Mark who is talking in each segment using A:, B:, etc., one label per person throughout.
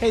A: Hey,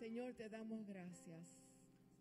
B: Señor, te damos gracias.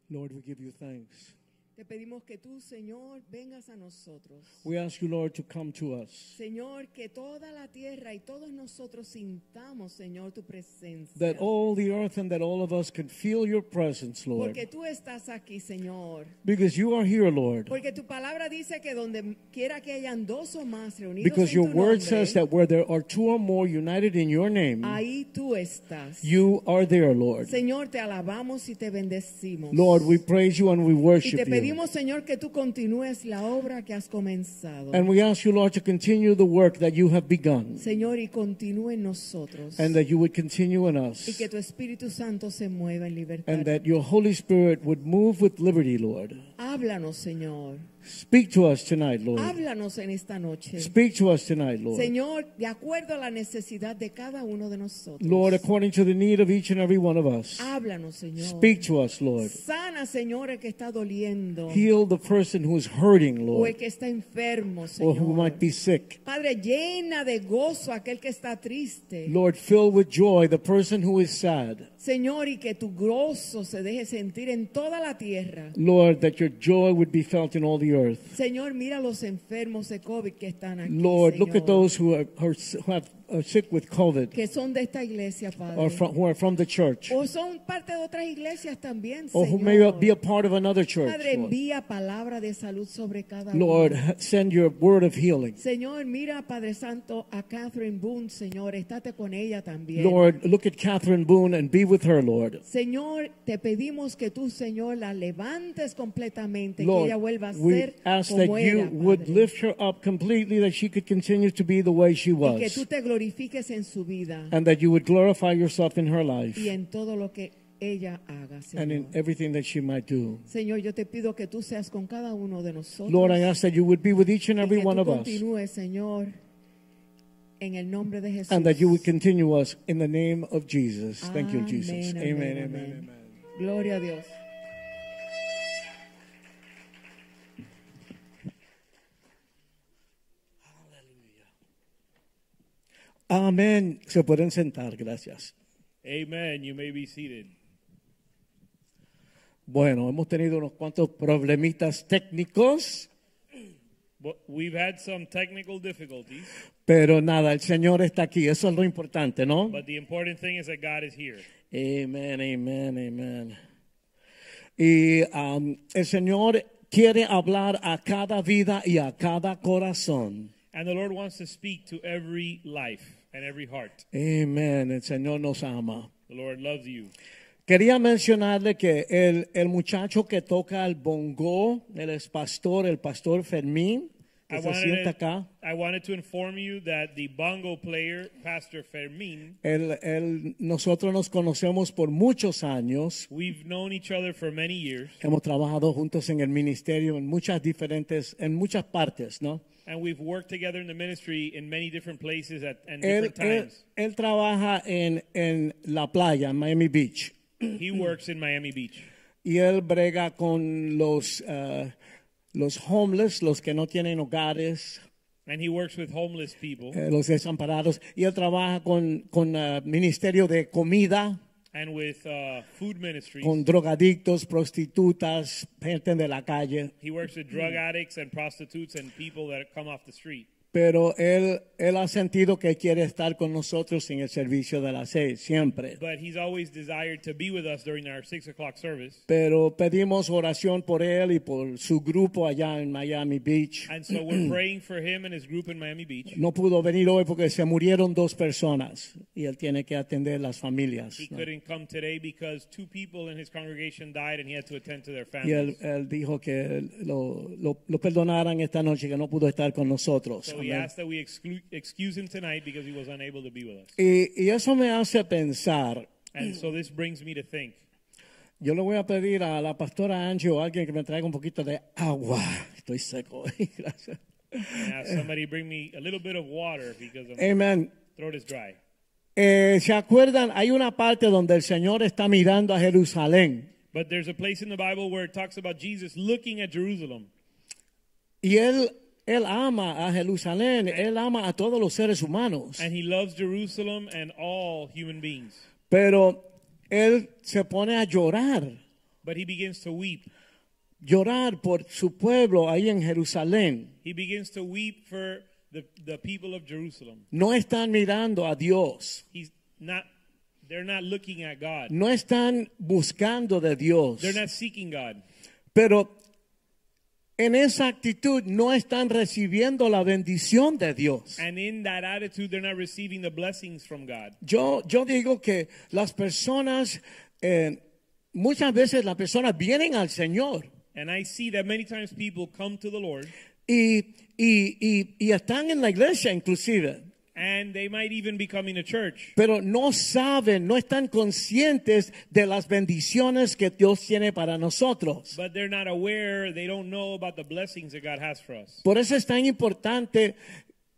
C: Lord, we give you thanks.
B: Te pedimos que tú, Señor, vengas a nosotros.
C: We ask you, Lord, to come to us,
B: Señor, que toda la tierra y todos nosotros sintamos, Señor, tu presencia.
C: that all the earth and that all of us can feel your presence, Lord.
B: Porque tú estás aquí, Señor.
C: Because you are here, Lord.
B: Porque tu palabra dice que donde quiera que hayan dos o más reunidos
C: Because
B: en
C: your
B: tu
C: word
B: nombre,
C: says that where there are two or more united in your name,
B: ahí tú estás.
C: you are there, Lord.
B: Señor, te alabamos y te bendecimos.
C: Lord, we praise you and we
B: y te
C: worship you.
B: pedimos, Señor, que tú continúes la obra que has comenzado.
C: And we ask you, Lord, to continue the work that you have begun
B: Señor, y continúe en nosotros.
C: and that you would continue in
B: y
C: us
B: que tu Espíritu Santo se mueva en libertad.
C: and that your Holy Spirit would move with liberty, Lord.
B: Háblanos, Señor.
C: Speak to us tonight, Lord.
B: Háblanos en esta noche.
C: Speak to us tonight, Lord.
B: Señor, de acuerdo a la necesidad de cada uno de nosotros.
C: Lord, according to the need of each and every one of us.
B: Háblanos, Señor.
C: Speak to us, Lord.
B: Sana, Señor, el que está doliendo
C: Heal the person who is hurting,
B: o el
C: Lord,
B: que está enfermo, Señor.
C: or who might be sick.
B: Padre, llena de gozo aquel que está triste.
C: Lord, fill with joy the person who is sad.
B: Señor, y que tu gozo se deje sentir en toda la tierra.
C: Lord, that your joy would be felt in all the earth.
B: Señor, mira a los enfermos de COVID que están aquí.
C: Lord, look
B: Señor.
C: at those who are, are, who have, are sick with COVID
B: que son de esta iglesia, Padre.
C: or from, who are from the church
B: o son parte de otras iglesias también,
C: or who
B: Señor.
C: may be a part of another church.
B: Padre,
C: Lord.
B: envía palabra de salud sobre cada
C: Lord,
B: uno.
C: ha- send your word of healing.
B: Señor, mira, Padre Santo, a Catherine Boone, Señor, estate con ella también.
C: Lord, look at Catherine Boone and be with her, Lord.
B: Señor, te pedimos que tú, Señor, la levantes completamente, que
C: Lord,
B: ella vuelva a
C: we
B: ser
C: ask that
B: como
C: you
B: era,
C: would
B: Padre.
C: lift her up completely, that she could continue to be the way she
B: y que tú
C: was,
B: te glorifiques en su vida
C: and that you would glorify yourself in her life
B: y en todo lo que ella haga, Señor.
C: and in everything that she might do.
B: Señor, yo te pido que tú seas con cada uno de nosotros.
C: Lord, I ask that you would be with each and
B: Y
C: every
B: que
C: one
B: tú
C: of us,
B: continúes, Señor, en el nombre de Jesús.
C: and that you would continue us in the name of Jesus. Thank you,
B: Amén,
C: Jesus.
B: amén,
C: Amen,
B: amén.
C: amen, amen.
B: Gloria a Dios.
C: Amén. Se pueden sentar, gracias.
D: Amen. You may be seated.
C: Bueno, hemos tenido unos cuantos problemitas técnicos,
D: But we've had some technical difficulties,
C: pero nada, el Señor está aquí. Eso es lo importante, ¿no?
D: but the important thing is that God is here.
C: Amén, amén, amén. Y um, el Señor quiere hablar a cada vida y a cada corazón.
D: And the Lord wants to speak to every life and every heart.
C: Amén, el Señor nos ama.
D: The Lord loves you.
C: Quería mencionarle que el, el muchacho que toca el bongo, él es pastor, el pastor Fermín, que
D: I
C: se sienta
D: wanted, to,
C: acá.
D: I wanted to inform you that the bongo player, Pastor Fermin,
C: Él, él- nosotros nos conocemos por muchos años.
D: we've known each other for many years,
C: Hemos trabajado juntos en el ministerio en muchas diferentes, en muchas partes, ¿no?
D: and we've worked together in the ministry in many different places at, and
C: Él,
D: different
C: él-
D: times.
C: él trabaja en, en la playa, en Miami Beach,
D: he works in Miami Beach.
C: y él brega con los, eh, los homeless, los que no tienen hogares,
D: And he works with homeless people
C: eh, los desamparados, y él trabaja con, con eh, ministerio de comida,
D: and with uh, food ministries.
C: con drogadictos, prostitutas, gente de la calle.
D: He works with drug addicts and prostitutes and people that come off the street.
C: Pero él, él ha sentido que quiere estar con nosotros en el servicio de las seis, siempre.
D: But he's always desired to be with us during our six o'clock service.
C: Pero pedimos oración por él y por su grupo allá en Miami Beach.
D: And so we're praying for him and his group in Miami Beach.
C: No pudo venir hoy porque se murieron dos personas y él tiene que atender las familias.
D: He
C: ¿no?
D: couldn't come today because two people in his congregation died and he had to attend to their
C: Y él,
D: families.
C: él dijo que lo, lo- lo perdonaran esta noche, que no pudo estar con nosotros.
D: So we
C: Amén.
D: asked that we exclu- excuse him tonight because he was unable to be with us.
C: Y, y eso me hace pensar
D: And so this brings me to think
C: Yo le voy a pedir a la pastora Angie o a alguien que me traiga un poquito de agua. Estoy seco. Gracias.
D: And have somebody bring me a little bit of water because my
C: Amén.
D: throat is dry.
C: Eh, ¿Se acuerdan? Hay una parte donde el Señor está mirando a Jerusalén.
D: But there's a place in the Bible where it talks about Jesus looking at Jerusalem.
C: Y él, él ama a Jerusalén, él ama a todos los seres humanos.
D: And he loves Jerusalem and all human beings.
C: Pero él se pone a llorar,
D: But he begins to weep.
C: llorar por su pueblo ahí en Jerusalén.
D: He begins to weep for the, the people of Jerusalem.
C: No están mirando a Dios,
D: He's not they're not looking at God.
C: no están buscando de Dios.
D: They're not seeking God.
C: Pero en esa actitud no están recibiendo la bendición de Dios.
D: And in that attitude, they're not receiving the blessings from God.
C: Yo, yo digo que las personas, eh, muchas veces las personas vienen al Señor
D: And I see that many times people come to the Lord
C: y, y- y- y están en la iglesia inclusive,
D: and they might even be coming to church,
C: pero no saben, no están conscientes de las bendiciones que Dios tiene para nosotros.
D: but they're not aware, they don't know about the blessings that God has for us.
C: Por eso es tan importante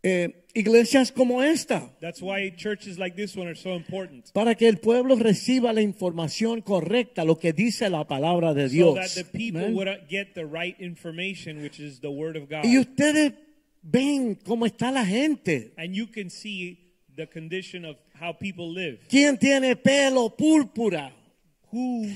C: eh, iglesias como esta,
D: That's why churches like this one are so important.
C: para que el pueblo reciba la información correcta, lo que dice la palabra de
D: So
C: Dios.
D: that the people
C: Amén.
D: would uh, get the right information, which is the Word of God.
C: Y ustedes ven cómo está la gente.
D: and you can see the condition of how people live.
C: ¿Quién tiene pelo púrpura?
D: Who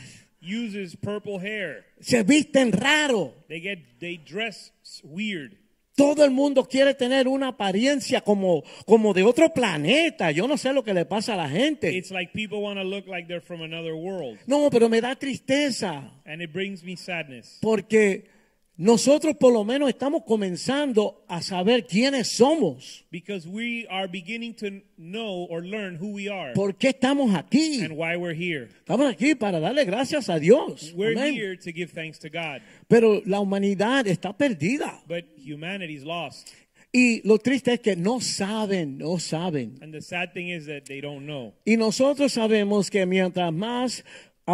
D: uses purple hair?
C: Se visten raro.
D: They get they dress weird.
C: Todo el mundo quiere tener una apariencia como, como de otro planeta. Yo no sé lo que le pasa a la gente.
D: It's like people want to look like they're from another world.
C: No, pero me da tristeza
D: And it brings me sadness
C: porque nosotros por lo menos estamos comenzando a saber quiénes somos,
D: because we are beginning to know or learn who we are
C: por qué estamos aquí.
D: and why we're here.
C: Estamos aquí para darle gracias a Dios.
D: We're
C: Amén.
D: here to give thanks to God,
C: Pero la humanidad está perdida.
D: but humanity's lost.
C: Y lo triste es que no saben, no saben.
D: And the sad thing is that they don't know.
C: Y nosotros sabemos que mientras más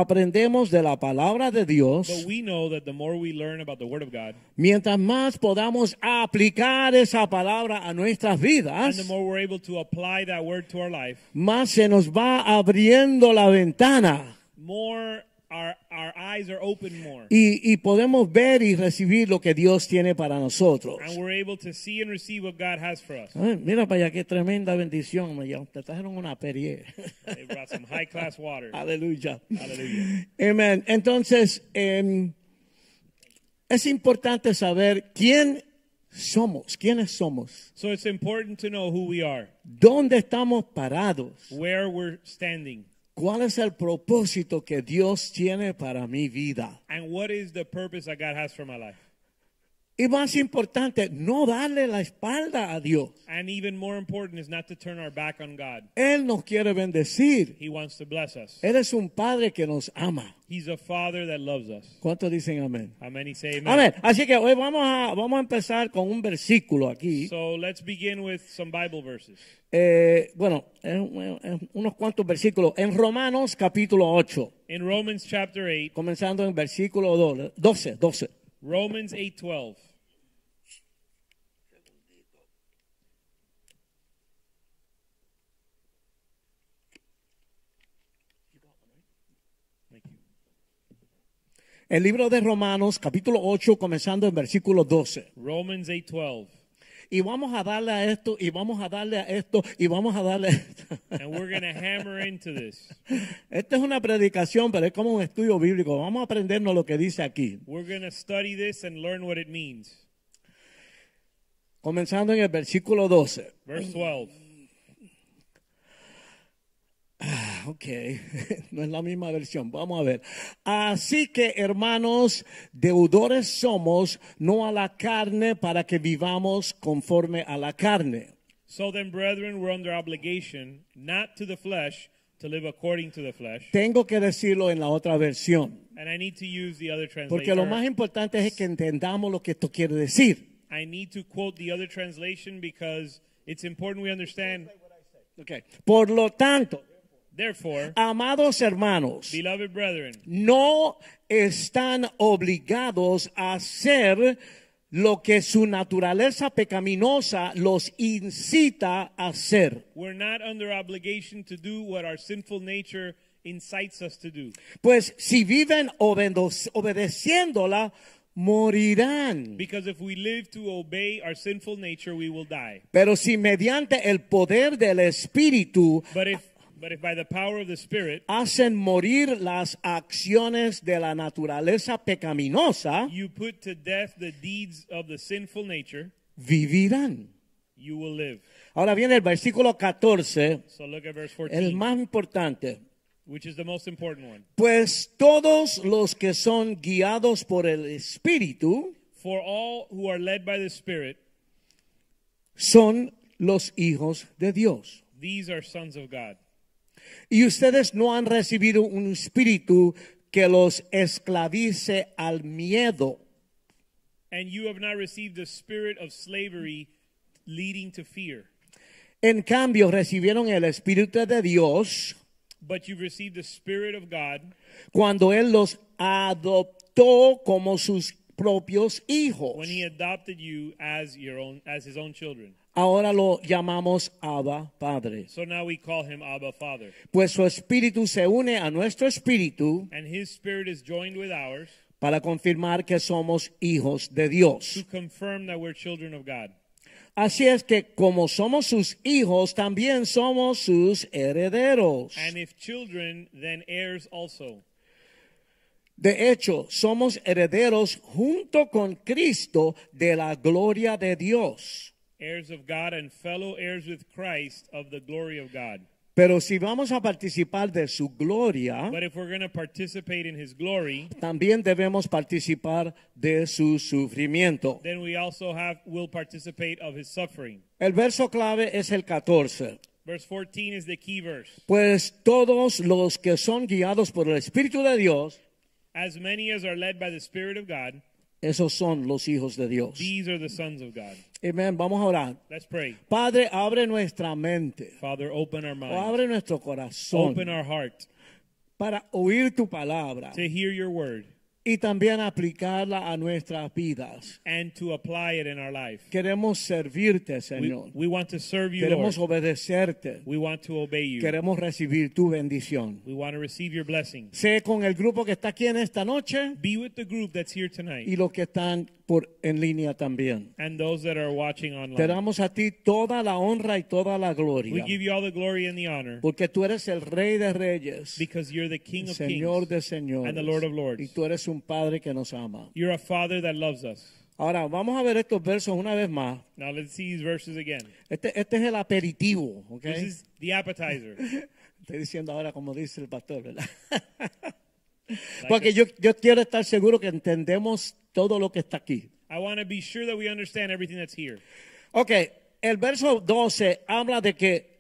C: aprendemos de la palabra de
D: But
C: Dios,
D: we know that the more we learn about the Word of God,
C: mientras más podamos aplicar esa palabra a nuestras
D: and the
C: vidas,
D: more we're able to apply that Word to our life,
C: más se nos va abriendo la ventana
D: more our, our eyes are open more.
C: y, y podemos ver y recibir lo que Dios tiene para nosotros.
D: And we're able to see and receive what God has for us.
C: Ay, mira para allá qué tremenda bendición, me llevo- te trajeron una perie.
D: They brought some high class water.
C: Aleluya.
D: Hallelujah.
C: Amén. Entonces, em, es importante saber quién somos, quiénes somos,
D: So it's important to know who we are,
C: dónde estamos parados,
D: where we're standing,
C: cuál es el propósito que Dios tiene para mi vida.
D: and what is the purpose that God has for my life.
C: Y más importante, no darle la espalda a Dios.
D: And even more important is not to turn our back on God.
C: Él nos quiere bendecir.
D: He wants to bless us.
C: Él es un padre que nos ama.
D: He's a father that loves us.
C: ¿Cuántos dicen amén?
D: How many say amen?
C: Amén. Así que hoy vamos a, vamos a empezar con un versículo aquí.
D: So let's begin with some Bible verses.
C: Eh, bueno, en- en unos cuantos versículos. En Romanos capítulo 8,
D: In Romans chapter 8,
C: comenzando en versículo 12, 12. 12.
D: Romans 8:12.
C: El libro de Romanos capítulo 8, comenzando en versículo 12.
D: Romans 8:12.
C: Y vamos a darle a esto, y vamos a darle a esto, y vamos a darle a esto.
D: And we're going to hammer into this.
C: Esta es una predicación, pero es como un estudio bíblico. Vamos a aprendernos lo que dice aquí.
D: We're going to study this and learn what it means.
C: Comenzando en el versículo 12.
D: Verse 12.
C: Ah, Ok, no es la misma versión. Vamos a ver. Así que, hermanos, deudores somos, no a la carne, para que vivamos conforme a la carne.
D: So then, brethren, we're under obligation not to the flesh to live according to the flesh.
C: Tengo que decirlo en la otra versión,
D: And I need to use the other
C: porque lo más
D: translation.
C: importante es que entendamos lo que esto quiere decir.
D: I need to quote the other translation because it's important we understand.
C: Ok. Por lo tanto,
D: Therefore,
C: Ah. Amados hermanos,
D: beloved brethren,
C: no están obligados a hacer lo que su naturaleza pecaminosa los incita a hacer.
D: we're not under obligation to do what our sinful nature incites us to do.
C: Pues si viven obede- obedeciéndola, morirán.
D: Because if we live to obey our sinful nature, we will die.
C: Pero si mediante el poder del Espíritu
D: But if but if by the power of the Spirit
C: hacen morir las acciones de la naturaleza pecaminosa,
D: you put to death the deeds of the sinful nature,
C: vivirán.
D: you will live.
C: Ahora viene el versículo 14,
D: So look at verse
C: el
D: 14,
C: más importante.
D: which is the most important one.
C: Pues todos los que son guiados por el Espíritu
D: For all who are led by the Spirit,
C: son los hijos de Dios.
D: these are sons of God.
C: Y ustedes no han recibido un espíritu que los esclavice al miedo,
D: And you have not received the spirit of slavery leading to fear,
C: En cambio, recibieron el Espíritu de Dios
D: but you've received the spirit of God
C: cuando Él los adoptó como sus propios hijos.
D: when he adopted you as your own as his own children.
C: Ahora lo llamamos Abba Padre.
D: So now we call him Abba Father.
C: Pues su Espíritu se une a nuestro Espíritu
D: And his spirit is joined with ours
C: para confirmar que somos hijos de
D: to
C: Dios.
D: confirm that we're children of God.
C: Así es que como somos sus hijos, también somos sus herederos.
D: And if children, then heirs also.
C: De hecho, somos herederos junto con Cristo de la gloria de Dios.
D: Heirs of God and fellow heirs with Christ of the glory of God.
C: Pero si vamos a participar de su gloria,
D: But if we're going to participate in his glory,
C: también debemos participar de su sufrimiento.
D: then we also have will participate of his suffering.
C: El verso clave es el 14.
D: Verse 14 is the key verse.
C: Pues todos los que son guiados por el Espíritu de Dios,
D: As many as are led by the Spirit of God,
C: esos son los hijos de Dios.
D: these are the sons of God.
C: Amén. Vamos a orar.
D: Let's pray.
C: Padre, abre nuestra mente,
D: Father, open our
C: o
D: minds,
C: abre nuestro corazón
D: open our heart
C: para oír tu palabra
D: to hear your word
C: y también aplicarla a nuestras vidas.
D: and to apply it in our life.
C: Queremos servirte,
D: We,
C: Señor.
D: we want to serve you, Lord.
C: Queremos obedecerte.
D: We want to obey you.
C: Queremos recibir tu bendición.
D: We want to receive your blessing.
C: Sé con el grupo que está aquí en esta noche
D: Be with the group that's here
C: y
D: tonight
C: los que están por en línea también.
D: and those that are watching
C: Te
D: online.
C: damos a ti toda la honra y toda la
D: We
C: gloria,
D: give you all the glory and the honor
C: porque tú eres el Rey de Reyes,
D: because you're the King of
C: Señor de
D: Kings.
C: Señores,
D: and the Lord of Lords.
C: y tú eres un Padre que nos ama.
D: You're a Father that loves us.
C: Ahora vamos a ver estos versos una vez más.
D: Now let's see these verses again.
C: Este, este es el aperitivo, ¿ok?
D: This is the appetizer.
C: Estoy diciendo ahora como dice el pastor, ¿verdad? Porque yo, yo quiero estar seguro que entendemos todo lo que está aquí.
D: I want to be sure that we understand everything that's here.
C: Ok, el verso 12 habla de que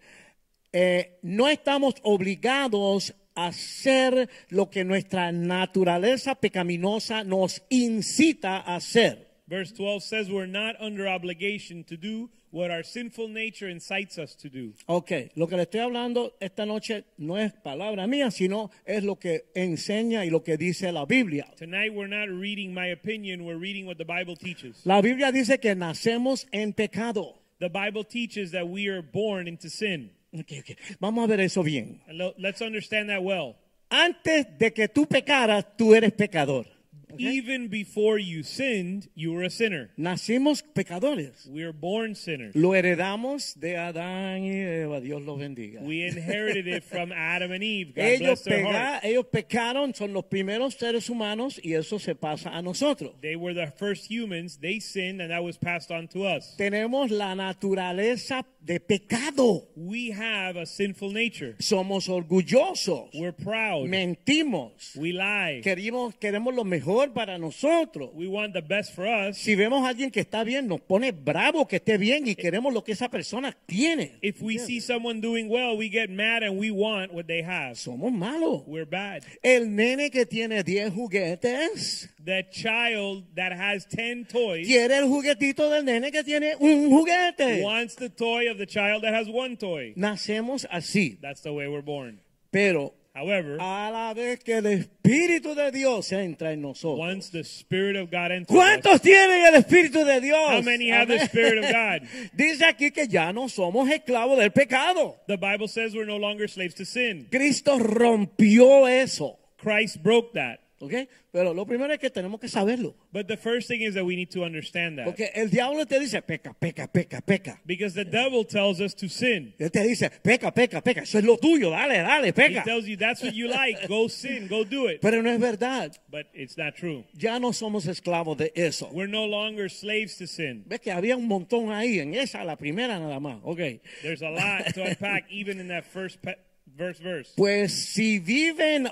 C: eh, no estamos obligados a hacer lo que nuestra naturaleza pecaminosa nos incita a hacer.
D: Verse 12 says we're not under obligation to do what our sinful nature incites us to do.
C: Ok, lo que le estoy hablando esta noche no es palabra mía, sino es lo que enseña y lo que dice la Biblia.
D: Tonight we're not reading my opinion, we're reading what the Bible teaches.
C: La Biblia dice que nacemos en pecado.
D: The Bible teaches that we are born into sin.
C: Ok, ok, Vamos a ver eso bien.
D: And lo- let's understand that well.
C: Antes de que tú pecaras, tú eres pecador.
D: Even before you sinned, you were a sinner.
C: Nacimos pecadores.
D: We are born sinners.
C: Lo heredamos de Adán y Eva, Dios los bendiga.
D: We inherited it from Adam and Eve. God
C: Ellos,
D: bless their
C: pega-
D: heart.
C: ellos pecaron, son los primeros seres humanos y eso se pasa a nosotros.
D: They were the first humans. They sinned, and that was passed on to us.
C: Tenemos la naturaleza de pecado.
D: We have a sinful nature.
C: Somos orgullosos,
D: We're proud.
C: mentimos,
D: We lie.
C: queremos, queremos lo mejor para nosotros.
D: We want the best for us.
C: Si vemos a alguien que está bien, nos pone bravo que esté bien y queremos lo que esa persona tiene.
D: Eh. If we see someone doing well, we get mad and we want what they have.
C: Somos malos.
D: We're bad.
C: El nene que tiene 10 juguetes.
D: That child that has 10 toys
C: quiere el juguetito del nene que tiene un juguete.
D: wants the toy of the child that has one toy.
C: Nacemos así.
D: That's the way we're born.
C: Pero
D: However,
C: a la vez que el Espíritu de Dios entra en nosotros.
D: once the Spirit of God enters us,
C: ¿Cuántos tienen el Espíritu de Dios?
D: How many have the
C: Amén.
D: Spirit of God?
C: Dice aquí que ya no somos esclavos del pecado.
D: the Bible says we're no longer slaves to sin.
C: Cristo rompió eso.
D: Christ broke that.
C: ¿ok? Pero lo primero es que tenemos que saberlo.
D: But the first thing is that we need to understand that.
C: Porque el diablo te dice, peca, peca, peca, peca.
D: Because the devil tells us to sin.
C: Él te dice, peca, peca, peca. Eso es lo tuyo, dale, dale,
D: He
C: peca.
D: tells you that's what you like. Go sin. Go do it.
C: Pero no es verdad.
D: But it's not true.
C: Ya no somos esclavos de eso.
D: We're no longer slaves to sin.
C: Ves que había un montón ahí, en esa, la primera nada más. Ok.
D: There's a lot to unpack even in that first pe- verse verse.
C: Pues si viven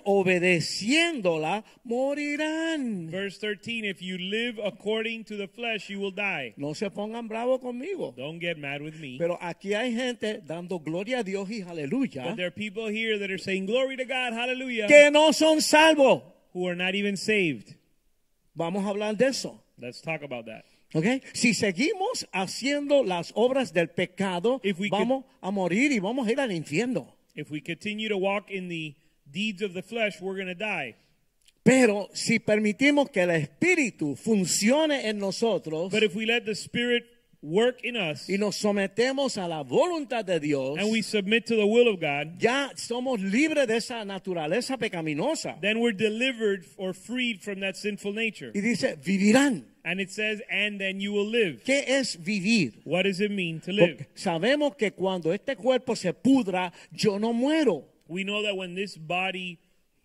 C: obedeciéndola, morirán.
D: Verse 13, if you live according to the flesh, you will die.
C: No se pongan bravos conmigo.
D: Don't get mad with me.
C: Pero aquí hay gente dando gloria a Dios y aleluya
D: But there are people here that are saying, Glory to God, hallelujah,
C: que no son salvos.
D: who are not even saved.
C: Vamos a hablar de eso.
D: Let's talk about that.
C: ¿ok? Si seguimos haciendo las obras del pecado,
D: If we
C: vamos a morir y vamos a ir al infierno.
D: If we continue to walk in the deeds of the flesh, we're going to die.
C: Pero si permitimos que el Espíritu funcione en nosotros
D: But if we let the Spirit work in us
C: y nos sometemos a la voluntad de Dios,
D: and we submit to the will of God,
C: ya somos libres de esa naturaleza pecaminosa.
D: then we're delivered or freed from that sinful nature.
C: Y dice, vivirán.
D: And it says, And then you will live.
C: ¿Qué es vivir?
D: What does it mean to live?
C: Porque sabemos que cuando este cuerpo se pudra, yo no muero.
D: We know that when this body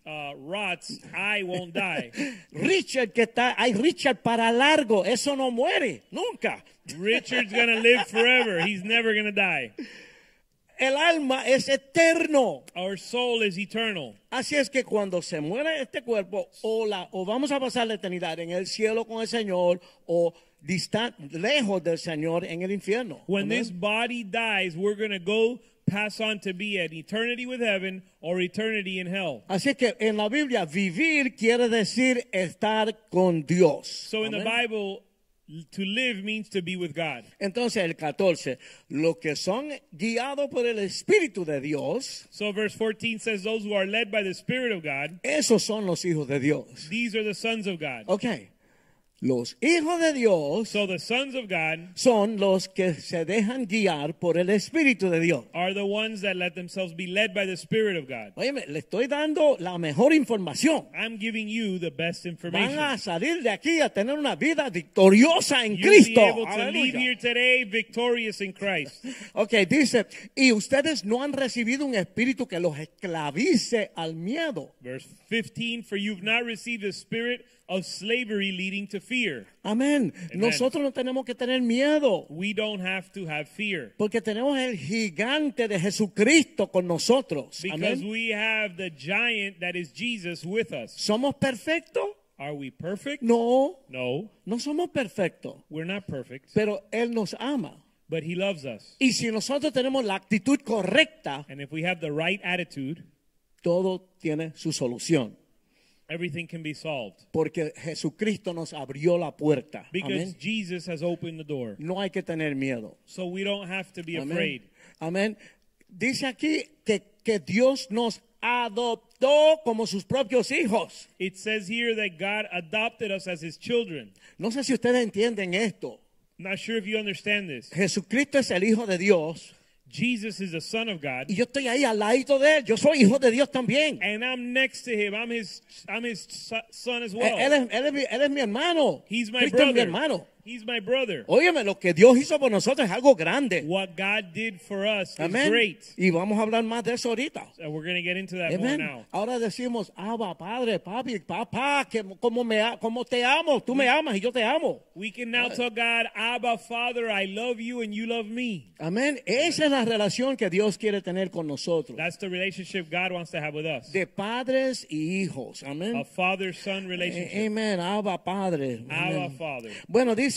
D: uh, rots, I won't die.
C: Richard que está, hay Richard para largo, eso no muere, nunca.
D: Richard's going to live forever. He's never going to die.
C: El alma es eterno.
D: Our soul is eternal.
C: Así es que cuando se muere este cuerpo, o, la- o vamos a pasar la eternidad en el cielo con el Señor, o distan- lejos del Señor en el infierno.
D: When
C: Amén.
D: this body dies, we're going to go pass on to be at eternity with heaven or eternity in hell.
C: Así es que en la Biblia vivir quiere decir estar con Dios.
D: So in the
C: Amén.
D: Bible, to live means to be with God.
C: Entonces el 14, los que son guiados por el Espíritu de Dios,
D: So verse 14 says, Those who are led by the Spirit of God,
C: esos son los hijos de Dios.
D: these are the sons of God.
C: Ok, los hijos de Dios
D: So the sons of God
C: son los que se dejan guiar por el Espíritu de Dios.
D: are the ones that let themselves be led by the Spirit of God.
C: Óyeme, le estoy dando la mejor información.
D: I'm giving you the best
C: Van a
D: information.
C: salir de aquí a tener una vida victoriosa en
D: You'll be
C: Cristo.
D: able to leave
C: Aleluya.
D: here today victorious in Christ.
C: Ok, dice, y ustedes no han recibido un espíritu que los esclavice al miedo.
D: Verse 15 For you've not received a spirit of slavery leading to fear.
C: Amén.
D: Amen.
C: Nosotros no tenemos que tener miedo.
D: We don't have to have fear
C: Porque tenemos el gigante de Jesucristo con nosotros.
D: because
C: Amén.
D: we have the giant that is Jesus with us.
C: ¿Somos perfectos?
D: Are we perfect?
C: No,
D: No,
C: no somos perfectos.
D: we're not perfect,
C: Pero Él nos ama.
D: but He loves us.
C: Y si nosotros tenemos la actitud correcta,
D: And if we have the right attitude,
C: todo tiene su solución.
D: everything can be solved
C: Porque Jesucristo nos abrió la puerta.
D: because
C: Amén.
D: Jesus has opened the door.
C: No hay que tener miedo.
D: So we don't have to be afraid.
C: Amén. Amén. Dice aquí que, que Dios nos adoptó como sus propios hijos.
D: It says here that God adopted us as His children.
C: No sé si ustedes entienden esto.
D: Not sure if you understand this.
C: Jesucristo es el Hijo de Dios.
D: Jesus is the Son of God.
C: Y yo estoy ahí al lado de él. Yo soy hijo de Dios también.
D: and I'm next to him. I'm his I'm his so- son as well.
C: E-, Él es, él es mi- él es mi hermano.
D: He's my
C: Eh, Cristo
D: brother.
C: es mi hermano.
D: He's my brother.
C: Óyeme, lo que Dios hizo por nosotros es algo grande.
D: What God did for us is
C: Amén.
D: great.
C: Y vamos a hablar más de eso ahorita.
D: And we're going to get into that more
C: Amén.
D: now.
C: Ahora decimos, Abba, Padre, Papi, Papá, que, como, me, a- como te amo, tú me amas y yo te amo.
D: We can now tell God, Abba, Father, I love you and you love me.
C: Amén. Esa es la relación que Dios quiere tener con nosotros.
D: That's the relationship God wants to have with us.
C: De padres y hijos. Amén.
D: A father-son
C: Eh,
D: relationship.
C: Amén. Abba, Padre.
D: Abba,
C: Amén.
D: Father.
C: Bueno, dice,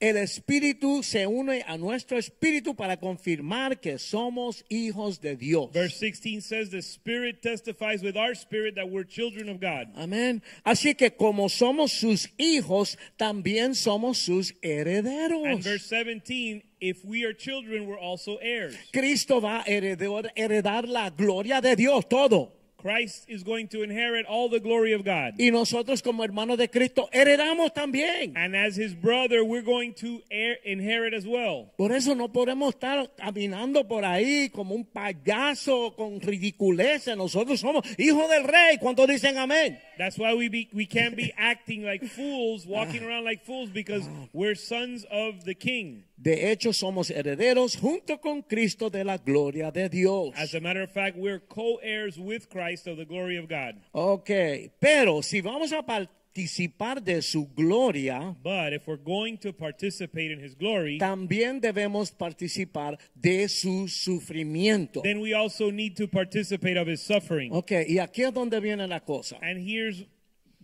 C: el Espíritu se une a nuestro Espíritu para confirmar que somos hijos de Dios.
D: Verse 16 says, The Spirit testifies with our spirit that we're children of God.
C: Amén. Así que como somos sus hijos, también somos sus herederos.
D: And verse 17, If we are children, we're also heirs.
C: Cristo va a heredar, heredar la gloria de Dios, todo.
D: Christ is going to inherit all the glory of God.
C: Y nosotros como hermanos de Cristo heredamos también.
D: And as his brother, we're going to heir- inherit as well.
C: Por eso no podemos estar caminando por ahí como un payaso con ridiculeces. Nosotros somos hijos del rey. ¿Cuántos dicen amén?
D: That's why we be, we can't be acting like fools, walking around like fools, because we're sons of the King.
C: De hecho, somos herederos junto con Cristo de la gloria de Dios.
D: As a matter of fact, we're co-heirs with Christ of the glory of God.
C: Ok, pero si vamos a participar de su gloria,
D: But if we're going to participate in his glory,
C: también debemos participar de su sufrimiento.
D: then we also need to participate of his suffering.
C: Ok, y aquí es donde viene la cosa.
D: And here's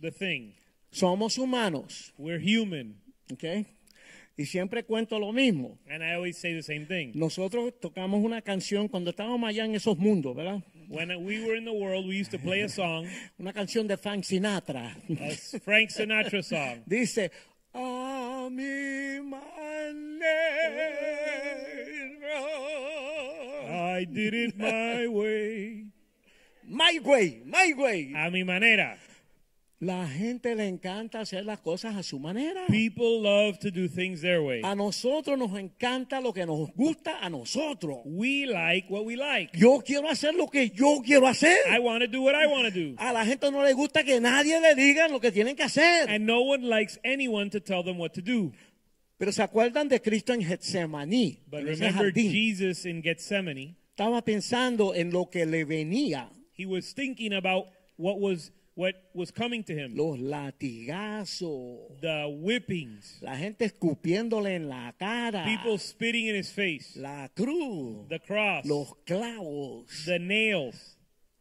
D: the thing.
C: Somos humanos,
D: We're human,
C: ok, y siempre cuento lo mismo.
D: and I always say the same thing.
C: Nosotros tocamos una canción cuando estábamos allá en esos mundos, ¿verdad?
D: When we were in the world, we used to play a song,
C: Una canción de Frank Sinatra.
D: a Frank Sinatra song.
C: Dice, a mi manera.
D: I did it my way.
C: My way, my way.
D: A mi manera.
C: La gente le encanta hacer las cosas a su manera.
D: People love to do things their way.
C: A nosotros nos encanta lo que nos gusta a nosotros.
D: We like what we like.
C: Yo quiero hacer lo que yo quiero
D: I
C: hacer.
D: want to do what I want to do.
C: A la gente no le gusta que nadie le diga lo que tienen que hacer.
D: And no one likes anyone to tell them what to do.
C: Pero se acuerdan de Cristo en Getsemaní.
D: But
C: en ese
D: remember
C: jardín?
D: Jesus in Gethsemane,
C: Estaba pensando en lo que le venía.
D: he was thinking about what was what was coming to him.
C: Los latigazos.
D: The whippings,
C: La gente escupiéndole en la cara.
D: people spitting in his face,
C: la cruz.
D: the cross,
C: los clavos.
D: the nails.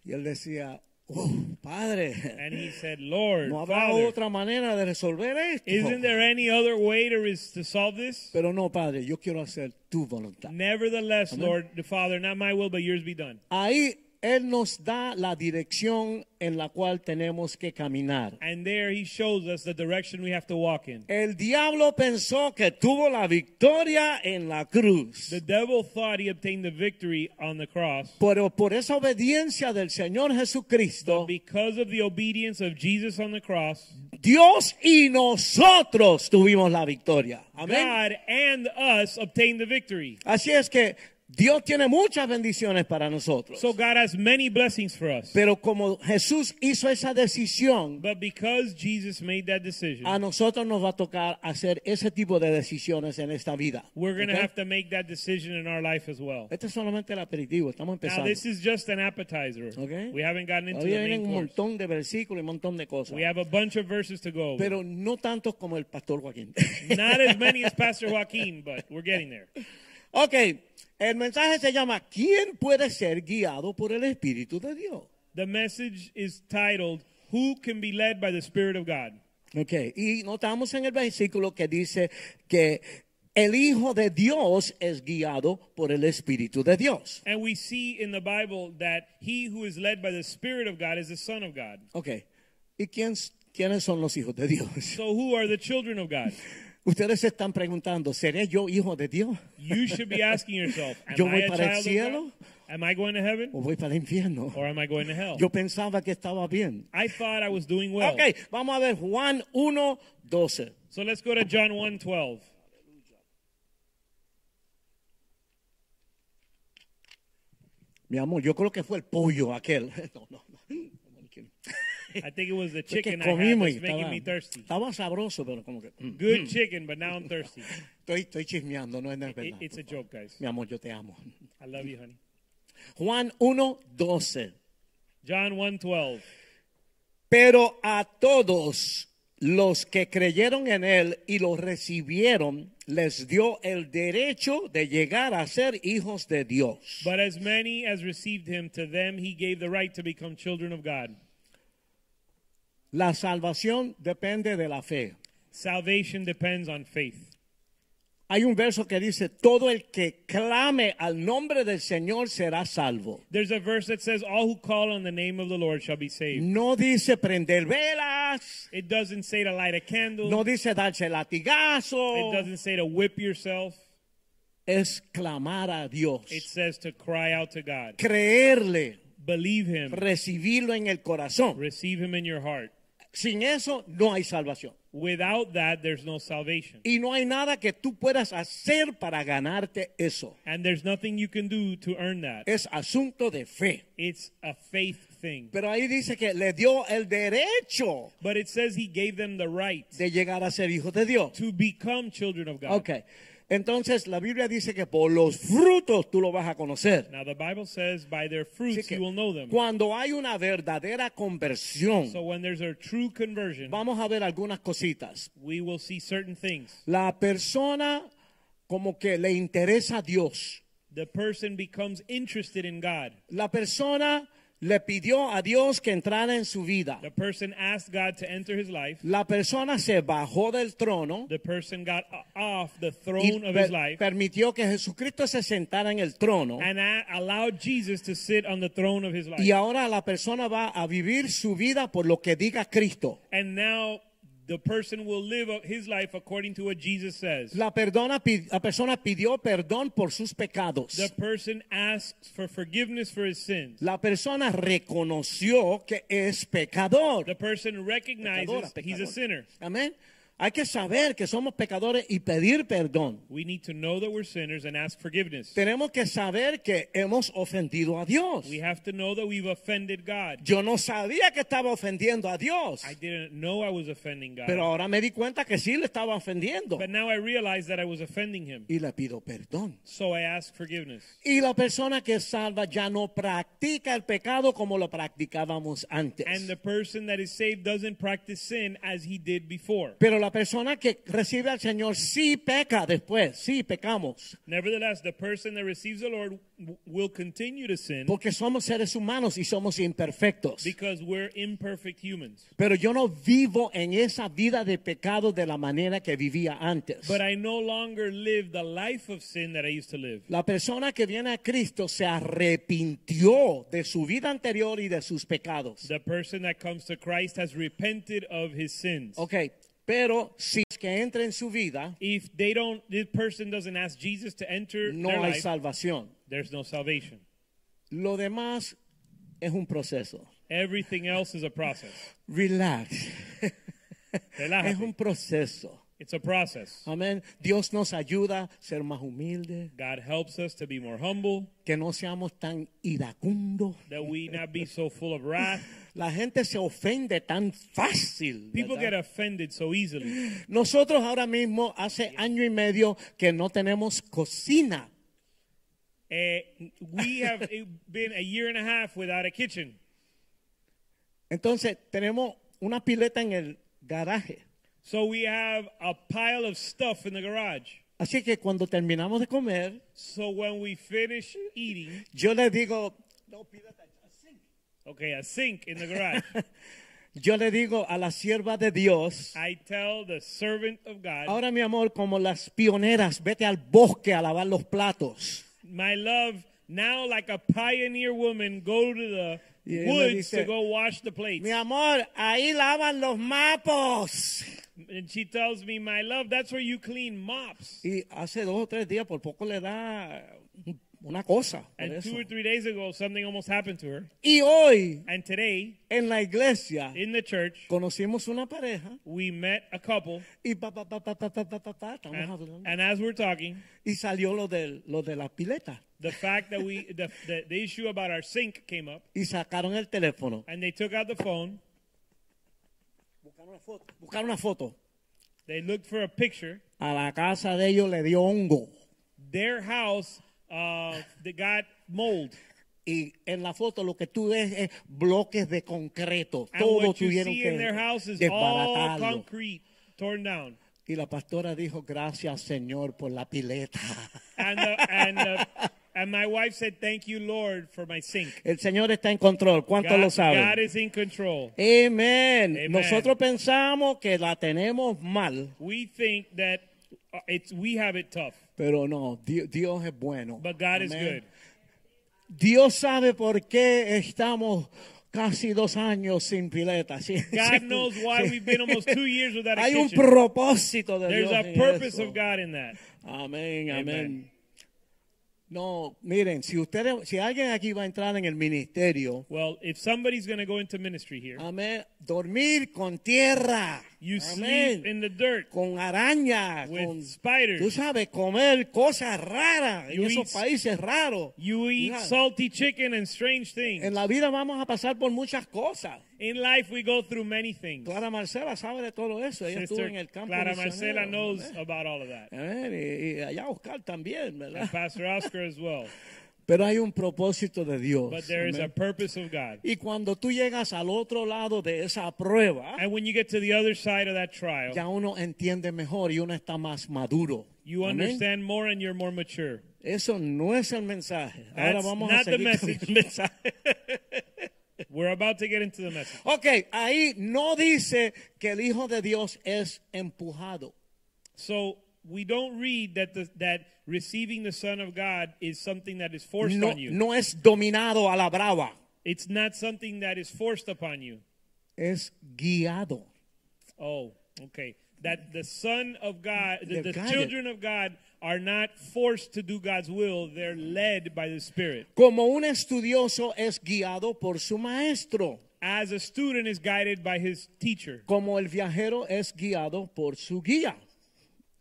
C: Y él decía, "Oh, padre,
D: And he said, "Lord,
C: no habrá
D: Father,
C: otra manera de resolver esto.
D: isn't there any other way to res- to solve this?"
C: Pero no, padre, yo quiero hacer tu voluntad.
D: Nevertheless, Lord the Father, not my will, but yours be done.
C: Ahí él nos da la dirección en la cual tenemos que caminar.
D: And there he shows us the direction we have to walk in.
C: El diablo pensó que tuvo la victoria en la cruz.
D: The devil thought he obtained the victory on the cross.
C: Pero por esa obediencia del Señor Jesucristo,
D: Because of the obedience of Jesus on the cross,
C: Dios y nosotros tuvimos la victoria. Amén.
D: God and us obtained the victory.
C: Así es que Dios tiene muchas bendiciones para nosotros.
D: So God has many blessings for us.
C: Pero como Jesús hizo esa decisión,
D: But because Jesus made that decision,
C: a nosotros nos va a tocar hacer ese tipo de decisiones en esta vida.
D: we're going to
C: ¿Ok?
D: have to make that decision in our life as well.
C: Este es solamente el aperitivo, estamos
D: Now,
C: empezando.
D: this is just an appetizer.
C: ¿Ok?
D: We haven't gotten into
C: Todavía
D: the
C: vienen
D: main
C: un
D: course.
C: montón de versículos y un montón de cosas.
D: We have a bunch of verses to go over.
C: Pero no tantos como el pastor Joaquín.
D: Not as many as Pastor Joaquin, but we're getting there.
C: Ok, el mensaje se llama ¿Quién puede ser guiado por el Espíritu de Dios?
D: The message is titled, Who Can Be Led by the Spirit of God?
C: Ok, y notamos en el versículo que dice que el Hijo de Dios es guiado por el Espíritu de Dios.
D: And we see in the Bible that he who is led by the Spirit of God is the Son of God.
C: Ok, ¿y quién, quiénes son los hijos de Dios?
D: So who are the children of God?
C: Ustedes se están preguntando, ¿seré yo hijo de Dios?
D: You should be asking yourself, Am
C: Yo
D: I
C: voy
D: a
C: para el
D: child
C: cielo?
D: of God? Am I going to heaven?
C: ¿O voy para el infierno?
D: Or am I going to hell?
C: Yo pensaba que estaba bien.
D: I thought I was doing well.
C: Ok, vamos a ver Juan 1, 12.
D: So let's go to John 1 12.
C: Mi amor, yo creo que fue el pollo aquel. No, no, no.
D: I think it was the
C: Es que
D: chicken I had
C: comimos y
D: that's making
C: estaba,
D: me thirsty.
C: estaba sabroso, pero como que mm,
D: Good chicken, but now I'm thirsty.
C: estoy, estoy chismeando, no es de
D: It-
C: verdad.
D: it's a joke, guys.
C: Mi amor, yo te amo.
D: I love you, honey.
C: Juan 1, 12.
D: John 1 12.
C: Pero a todos los que creyeron en él y lo recibieron, les dio el derecho de llegar a ser hijos de Dios.
D: But as many as received him, to them he gave the right to become children of God.
C: La salvación depende de la fe.
D: Salvation depends on faith.
C: Hay un verso que dice, todo el que clame al nombre del Señor será salvo.
D: There's a verse that says, All who call on the name of the Lord shall be saved.
C: No dice prender velas,
D: It doesn't say to light a candle,
C: no dice darse latigazo.
D: it doesn't say to whip yourself.
C: es clamar a Dios,
D: It says to cry out to God.
C: creerle,
D: Believe him.
C: recibirlo en el corazón.
D: Receive him in your heart.
C: Sin eso no hay salvación.
D: Without that, there's no salvation.
C: Y no hay nada que tú puedas hacer para ganarte eso.
D: And there's nothing you can do to earn that.
C: Es asunto de fe.
D: It's a faith thing.
C: Pero ahí dice que le dio el derecho
D: But it says he gave them the right
C: de llegar a ser hijos de Dios.
D: to become children of God.
C: Ok. Entonces la Biblia dice que por los frutos tú lo vas a conocer.
D: Now the Bible says, by their
C: Así
D: fruits
C: que
D: you will know them.
C: cuando hay una verdadera conversión,
D: So when there's a true conversion,
C: vamos a ver algunas cositas.
D: we will see certain things.
C: La persona como que le interesa a Dios.
D: The person becomes interested in God.
C: La persona le pidió a Dios que entrara en su vida.
D: The person asked God to enter his life.
C: La persona se bajó del trono
D: The person got o- off the
C: y
D: throne of
C: per-
D: his life
C: permitió que Jesucristo se sentara en el trono.
D: and a- allowed Jesus to sit on the throne of his life.
C: Y ahora la persona va a vivir su vida por lo que diga Cristo.
D: And now the person will live o- his life according to what Jesus says.
C: La, perdona, pi- la persona pidió perdón por sus pecados.
D: The person asks for forgiveness for his sins.
C: La persona reconoció que es pecador.
D: The person
C: Pecadora,
D: recognizes he's a
C: pecador.
D: sinner.
C: Amén. Hay que saber que somos pecadores y pedir perdón.
D: We need to know that we're sinners and ask forgiveness.
C: Tenemos que saber que hemos ofendido a Dios.
D: We have to know that we've offended God.
C: Yo no sabía que estaba ofendiendo a Dios,
D: I didn't know I was offending God.
C: pero ahora me di cuenta que sí le estaba ofendiendo
D: But now I realize that I was offending him.
C: y le pido perdón.
D: So I ask forgiveness.
C: Y la persona que es salva ya no practica el pecado como lo practicábamos antes.
D: And the person that is saved doesn't practice sin as he did before.
C: Pero la persona que recibe al Señor sí peca después, sí pecamos,
D: Nevertheless, the person that receives the Lord w- will continue to sin
C: porque somos seres humanos y somos imperfectos.
D: because we're imperfect humans.
C: Pero yo no vivo en esa vida de pecado de la manera que vivía antes.
D: But I no longer live the life of sin that I used to live.
C: La persona que viene a Cristo se arrepintió de su vida anterior y de sus pecados.
D: The person that comes to Christ has repented of his sins.
C: Ok, pero si es que entra en su vida,
D: If they don't, this person doesn't ask Jesus to enter
C: no
D: their
C: hay
D: life,
C: salvación.
D: there's no salvation.
C: Lo demás es un proceso.
D: Everything else is a process.
C: Relax.
D: Relájate.
C: Es un proceso.
D: It's a process.
C: Amén. Dios nos ayuda a ser más humildes,
D: God helps us to be more humble,
C: que no seamos tan iracundos.
D: that we not be so full of wrath.
C: La gente se ofende tan fácil.
D: People
C: ¿verdad?
D: get offended so easily.
C: Nosotros ahora mismo hace año y medio que no tenemos cocina.
D: Eh, we have eh, been a year and a half without a kitchen.
C: Entonces tenemos una pileta en el garaje.
D: So we have a pile of stuff in the garage.
C: Así que cuando terminamos de comer,
D: So when we finish eating,
C: yo le digo, "No, pileta, así".
D: okay, a sink in the garage.
C: yo le digo a la sierva de Dios,
D: I tell the servant of God,
C: ahora mi amor, como las pioneras, vete al bosque a lavar los platos.
D: my love, now like a pioneer woman, go to the
C: Y él le
D: woods
C: dice,
D: to go wash the plates.
C: Mi amor, ahí lavan los mapos.
D: And she tells me, my love, that's where you clean mops.
C: Y hace dos o tres días por poco le da una cosa. por
D: And
C: eso.
D: two or three days ago, something almost happened to her.
C: Y hoy
D: And today,
C: en la iglesia
D: in the church,
C: conocimos una pareja
D: we met a couple.
C: y pa, pa, pa, pa, pa, pa, pa, pa, pa, estamos
D: And,
C: hablando.
D: and as we're talking,
C: Y salió lo de, lo de la pileta.
D: the fact that we, the, the, the issue about our sink came up.
C: Y sacaron el teléfono.
D: And they took out the phone.
C: Buscaron una foto. Buscaron una foto.
D: They looked for a picture.
C: A la casa de ellos le dio hongo.
D: Their house, uh, they got mold.
C: Y en la foto lo que tú ves es bloques de concreto.
D: And
C: Todo
D: what you
C: tuvieron
D: see
C: que
D: in their house is all
C: desbaratarlo.
D: concrete, torn down.
C: Y la pastora dijo, gracias Señor por la pileta.
D: And the, and the, and my wife said, "Thank you, Lord, for my sink."
C: El Señor está en control. ¿Cuántos
D: God,
C: lo saben?
D: God is in control.
C: Amén.
D: Amen.
C: Nosotros pensamos que la tenemos mal,
D: We think that uh, it's we have it tough,
C: pero no, Di- Dios es bueno.
D: but God is
C: Amén.
D: good.
C: Dios sabe por qué estamos casi dos años sin pileta. sí,
D: God
C: sí,
D: knows why
C: sí.
D: we've been almost two years without a
C: Hay un
D: kitchen.
C: propósito de
D: There's
C: Dios.
D: a
C: en
D: purpose
C: eso.
D: of God in that.
C: Amén, amén.
D: Amen.
C: No, miren, si ustedes, si alguien aquí va a entrar en el ministerio,
D: Well, if somebody's going to go into ministry here,
C: amén, dormir con tierra,
D: you
C: amén,
D: sleep in the dirt.
C: con arañas,
D: with
C: con
D: spiders.
C: Tú sabes comer cosas raras en
D: You
C: esos
D: eat-
C: países raros.
D: You eat
C: Mira,
D: salty chicken and strange things.
C: En la vida vamos a pasar por muchas cosas.
D: in life, we go through many things.
C: Clara Marcela sabe de todo eso. Ella estuvo
D: Sister
C: en el campo.
D: Clara
C: misionero,
D: Marcela knows
C: amén.
D: about all of that.
C: Amén, Y, y allá Oscar también, ¿verdad?
D: And Pastor Oscar as well.
C: Pero hay un propósito de Dios.
D: But there is a
C: amén.
D: purpose of God.
C: Y cuando tú llegas al otro lado de esa prueba,
D: And when you get to the other side of that trial,
C: ya uno entiende mejor y uno está más maduro.
D: you
C: Amén.
D: understand more and you're more mature.
C: Eso no es el mensaje. Ahora
D: That's
C: vamos
D: not
C: a
D: the
C: seguir con
D: message.
C: el mensaje.
D: We're about to get into the message.
C: Ok, ahí no dice que el Hijo de Dios es empujado.
D: So we don't read that the, that receiving the Son of God is something that is forced
C: No,
D: on you.
C: no es dominado a la brava.
D: It's not something that is forced upon you.
C: Es guiado.
D: Oh, okay. That the son of God,
C: They're
D: the, the
C: guided.
D: children of God are not forced to do God's will. They're led by the Spirit.
C: Como un estudioso es guiado por su maestro.
D: As a student is guided by his teacher.
C: Como el viajero es guiado por su guía.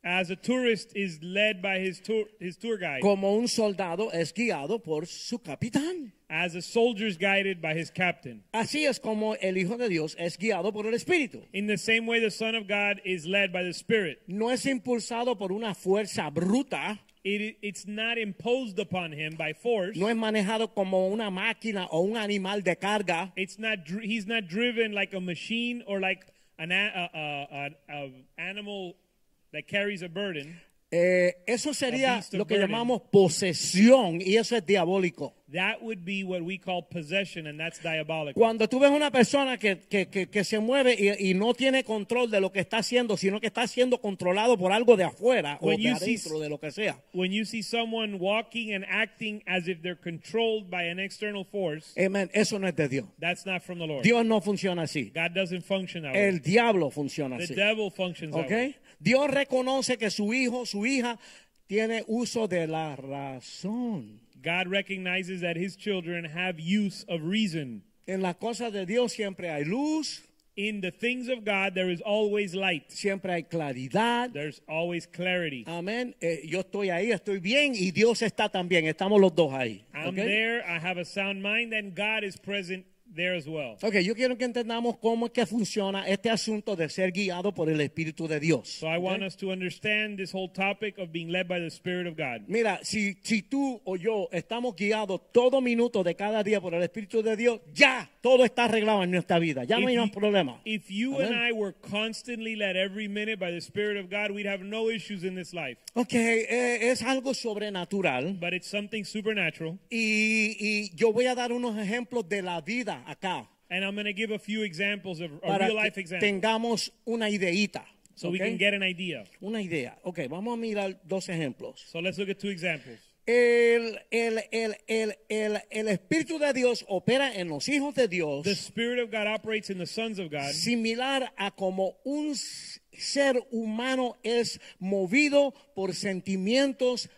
D: As a tourist is led by his tour, his tour guide.
C: Como un soldado es guiado por su capitán.
D: As a soldier is guided by his captain.
C: Así es como el Hijo de Dios es guiado por el Espíritu.
D: In the same way, the Son of God is led by the Spirit.
C: No es impulsado por una fuerza bruta,
D: It, it's not imposed upon him by force.
C: no es manejado como una máquina o un animal de carga.
D: It's not. Dr- he's not driven like a machine or like an a, a, a, a, a animal that carries a burden.
C: Eh, eso sería
D: beast of
C: lo que
D: burden.
C: llamamos posesión y eso es diabólico.
D: That would be what we call possession, and that's diabolical.
C: Cuando tú ves una persona que, que- que- que se mueve y, y no tiene control de lo que está haciendo, sino que está siendo controlado por algo de afuera o
D: When
C: de
D: you see-
C: adentro, de lo que sea.
D: When you see someone walking and acting as if they're controlled by an external force,
C: Amen. Eso no es de Dios.
D: that's not from the Lord.
C: Dios no funciona así.
D: God doesn't function that
C: El
D: way.
C: diablo funciona
D: The
C: así.
D: devil functions that
C: ¿Ok?
D: way.
C: Dios reconoce que su hijo, su hija, tiene uso de la razón.
D: God recognizes that His children have use of reason.
C: En las cosas de Dios siempre hay luz,
D: In the things of God, there is always light.
C: siempre hay claridad.
D: There's always clarity.
C: Amén. Eh, yo estoy ahí, estoy bien y Dios está también. Estamos los dos ahí.
D: I'm
C: ¿ok?
D: there. I have a sound mind, and God is present there as well.
C: Ok, yo quiero que entendamos cómo es que funciona este asunto de ser guiado por el Espíritu de Dios.
D: So I want us to understand this whole topic of being led by the Spirit of God.
C: Mira, si, si tú o yo estamos guiados todo minuto de cada día por el Espíritu de Dios, ya todo está arreglado en nuestra vida. Ya no hay más problema.
D: if you and
C: Amén.
D: I were constantly led every minute by the Spirit of God, we'd have no issues in this life.
C: Ok, eh, es algo sobrenatural.
D: But it's something supernatural.
C: Y, y yo voy a dar unos ejemplos de la vida acá.
D: And I'm going to give a few examples of a
C: Para
D: real life
C: que
D: example
C: tengamos una ideita.
D: so we
C: ok?
D: can get an idea.
C: Una idea. Ok, vamos a mirar dos ejemplos.
D: So let's look at two examples.
C: El, el, el, el, el, el Espíritu de Dios opera en los hijos de Dios
D: The Spirit of God operates in the sons of God,
C: similar a como un s- ser humano es movido por sentimientos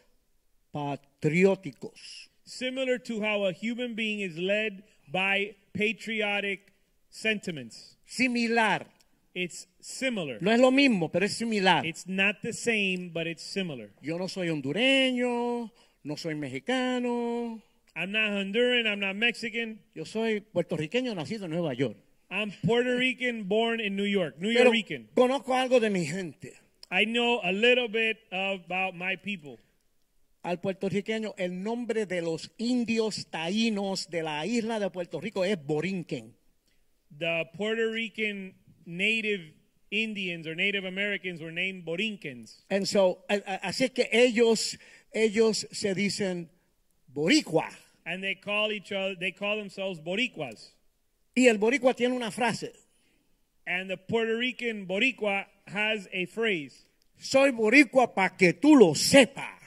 C: patrióticos.
D: similar to how a human being is led by patriotic sentiments.
C: Similar.
D: It's similar.
C: No es lo mismo, pero es similar.
D: It's not the same, but it's similar.
C: Yo no soy hondureño, no soy mexicano,
D: I'm not Honduran. I'm not Mexican.
C: yo soy puertorriqueño nacido en Nueva York.
D: I'm Puerto Rican, born in New York, New
C: Pero
D: York Rican.
C: conozco algo de mi gente.
D: I know a little bit about my people.
C: Al puertorriqueño, el nombre de los indios taínos de la isla de Puerto Rico es Borinquen.
D: The Puerto Rican native Indians or Native Americans were named Borincans.
C: And so, a- a- así es que ellos, ellos se dicen boricua.
D: And they call each other, they call themselves Boricuas.
C: Y el boricua tiene una frase,
D: And the Puerto Rican Boricua has a phrase
C: soy boricua para que tú lo sepas.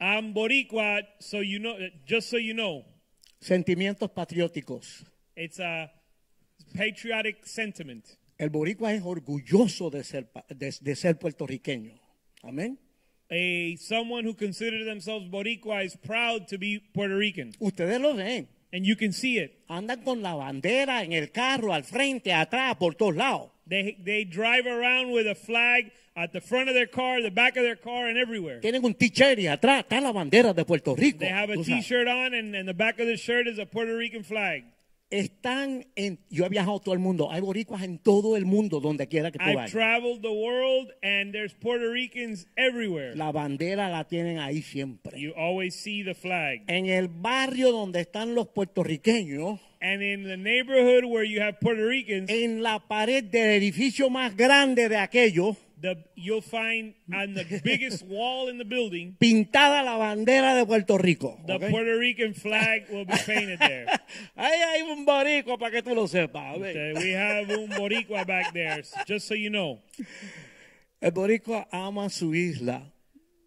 D: I'm Boricua, so you know, just so you know.
C: Sentimientos patrióticos.
D: It's a patriotic sentiment.
C: El boricua es orgulloso de ser, pa- de, de ser puertorriqueño. Amén.
D: a someone who considers themselves Boricua is proud to be Puerto Rican,
C: Ustedes lo ven.
D: and you can see it.
C: Andan con la bandera en el carro, al frente, atrás, por todos lados.
D: They they drive around with a flag at the front of their car, the back of their car, and everywhere.
C: Tienen un t-shirt y atrás está la bandera de Puerto Rico.
D: They have a
C: tú sabes.
D: T-shirt on, and, and the back of the shirt is a Puerto Rican flag.
C: Están en. Yo he viajado todo el mundo. Hay boricuas en todo el mundo, donde quiera que tú
D: I've
C: vayas.
D: traveled the world, and there's Puerto Ricans everywhere.
C: La bandera la tienen ahí siempre.
D: You always see the flag.
C: en el barrio donde están los puertorriqueños,
D: And in the neighborhood where you have Puerto Ricans,
C: en la pared del edificio más grande de aquello,
D: the, you'll find on the biggest wall in the building,
C: pintada la bandera de Puerto Rico.
D: the
C: ¿ok?
D: Puerto Rican flag will be painted there.
C: Ahí hay un borico para que tú lo sepas. ¿ok?
D: Okay, Uh, we have un boricua back there, s- just so you know.
C: El borico ama su isla,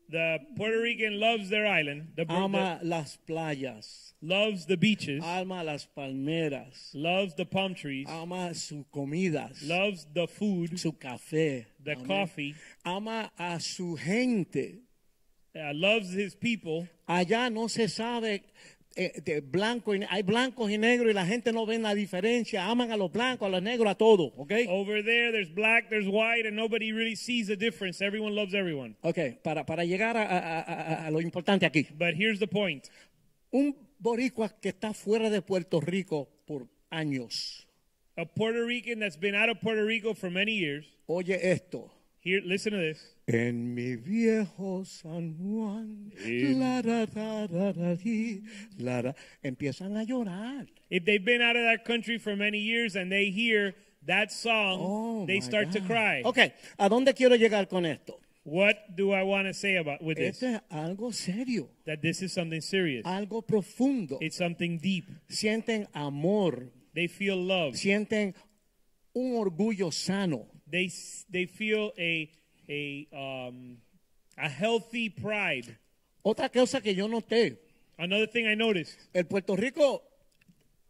D: The Puerto Rican loves their island. The, Puerto-
C: ama las playas,
D: loves the beaches,
C: ama las palmeras,
D: loves the palm trees,
C: ama sus comidas,
D: loves the food,
C: su café,
D: the
C: amén.
D: coffee,
C: ama a su gente.
D: uh, loves his people.
C: Allá no se sabe eh, de blanco y ne- hay blancos y negros y la gente no ve la diferencia. Aman a los blancos, a los negros, a todos, ¿ok?
D: Over there, there's black, there's white, and nobody really sees the difference. Everyone loves everyone.
C: Ok, para, para llegar a, a- a- a- a lo importante aquí.
D: But here's the point.
C: Un boricua que está fuera de Puerto Rico por años.
D: A Puerto Rican that's been out of Puerto Rico for many years.
C: Oye esto.
D: Here, listen to this.
C: En mi viejo San Juan, la, ra, ra, ra, ra, di, la, ra. empiezan a llorar.
D: If they've been out of that country for many years and they hear that song,
C: Oh,
D: they
C: my
D: start to
C: God.
D: cry.
C: Ok, ¿a dónde quiero llegar con esto?
D: What do I want to say about with this?
C: Esto es algo serio.
D: That this is something serious.
C: algo profundo.
D: It's something deep.
C: sienten amor,
D: They feel love.
C: sienten un orgullo sano.
D: They s- they feel a a um a healthy pride.
C: Otra cosa que yo noté,
D: Another thing I noticed,
C: el Puerto Rico,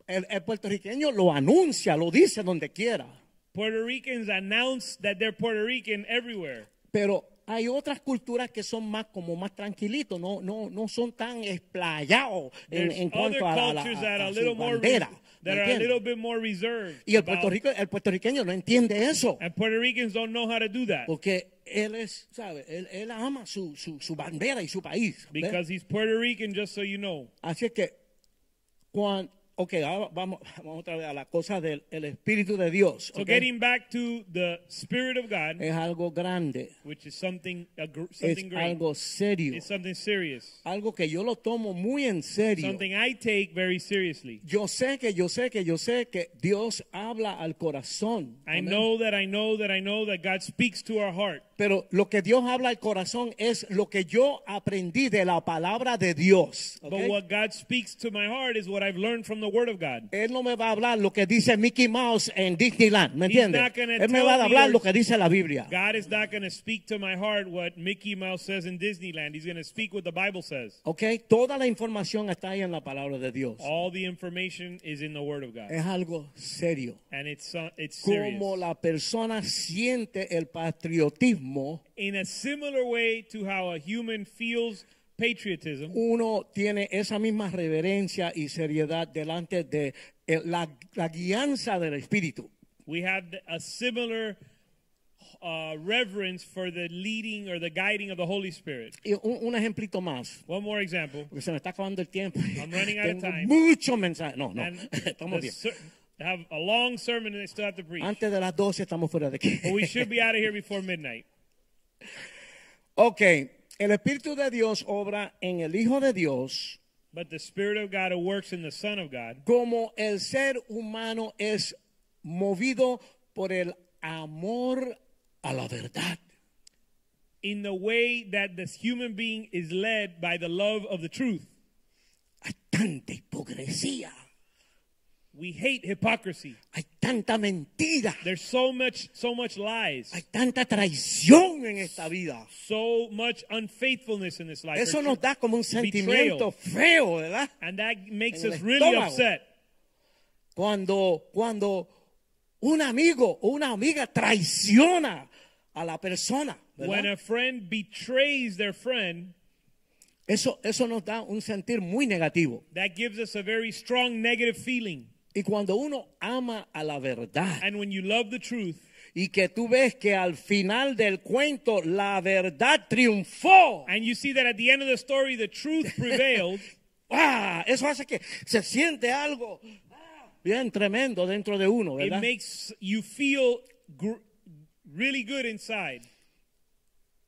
C: el, el puertorriqueño lo anuncia, lo dice donde quiera,
D: Puerto Ricans announce that they're Puerto Rican everywhere.
C: pero hay otras culturas que son más como más tranquilitos, no, no, no son tan explayados en,
D: There's
C: en
D: other
C: cuanto a la, a la-
D: cultures that
C: a-
D: are
C: a
D: a
C: su
D: little more re-
C: bandera. ¿me
D: that are a
C: entiendes?
D: little bit more reserved.
C: Y el,
D: about-
C: Puerto Rico, el puertorriqueño no entiende eso.
D: and Puerto Ricans don't know how to do that
C: Porque él es, ¿sabe? Él, él ama su, su, su bandera y su país. ¿ves?
D: because he's Puerto Rican. Just so you know,
C: Así es que, cuando, ok, ahora vamos, vamos otra vez a la cosa del el Espíritu de Dios.
D: so
C: ok.
D: getting back to the Spirit of God,
C: Es algo grande,
D: which is something a gr-
C: es
D: something great.
C: algo serio,
D: It's something serious.
C: algo que yo lo tomo muy en serio.
D: Something I take very seriously.
C: Yo sé que, yo sé que, yo sé que Dios habla al corazón.
D: I
C: amén.
D: know that I know that I know that God speaks to our heart.
C: Pero lo que Dios habla al corazón es lo que yo aprendí de la palabra de Dios. ok.
D: But what God speaks to my heart is what I've learned from the Word of God.
C: Él no me va a hablar lo que dice Mickey Mouse en Disneyland, ¿me
D: He's
C: entiendes?
D: not gonna
C: Él me
D: tell
C: va a
D: me
C: hablar
D: there's-
C: lo que dice la Biblia.
D: God is not going to speak to my heart what Mickey Mouse says in Disneyland. He's going to speak what the Bible says.
C: ¿Ok? Toda la información está ahí en la palabra de Dios.
D: All the information is in the Word of God,
C: Es algo serio.
D: and it's uh, it's serious.
C: Como la persona siente el patriotismo,
D: In a similar way to how a human feels patriotism,
C: uno tiene esa misma reverencia y seriedad delante de eh, la, la guianza del Espíritu.
D: we have th- a similar uh, reverence for the leading or the guiding of the Holy Spirit.
C: Y un, un ejemplito más,
D: One more example.
C: porque se me está acabando el tiempo.
D: I'm running out
C: Tengo
D: of time.
C: mucho mensaje. No, no,
D: And
C: estamos
D: the
C: bien.
D: ser- have a long sermon and they still have to preach.
C: Antes de las 12 estamos fuera de aquí.
D: But we should be out of here before midnight.
C: ok, el Espíritu de Dios obra en el Hijo de Dios.
D: But the Spirit of God who works in the Son of God,
C: como el ser humano es movido por el amor a la verdad.
D: in the way that this human being is led by the love of the truth.
C: Hay tanta hipocresía,
D: We hate hypocrisy.
C: hay tanta mentira,
D: There's so much, so much lies,
C: hay tanta traición en esta vida.
D: so much unfaithfulness in this life.
C: Eso nos da como un sentimiento
D: Betrayal.
C: feo, ¿verdad?
D: And that makes
C: en el
D: us really
C: estómago.
D: upset
C: Cuando, cuando un amigo o una amiga traiciona a la persona. ¿verdad?
D: When a friend betrays their friend,
C: Eso, eso nos da un sentir muy negativo.
D: that gives us a very strong negative feeling.
C: Y cuando uno ama a la verdad
D: And when you love the truth,
C: y que tú ves que al final del cuento la verdad triunfó,
D: and you see that at the end of the story, the truth prevailed,
C: ¡ah! eso hace que se siente algo ¡ah! bien tremendo dentro de uno,
D: it
C: ¿verdad?
D: makes you feel gr- really good inside.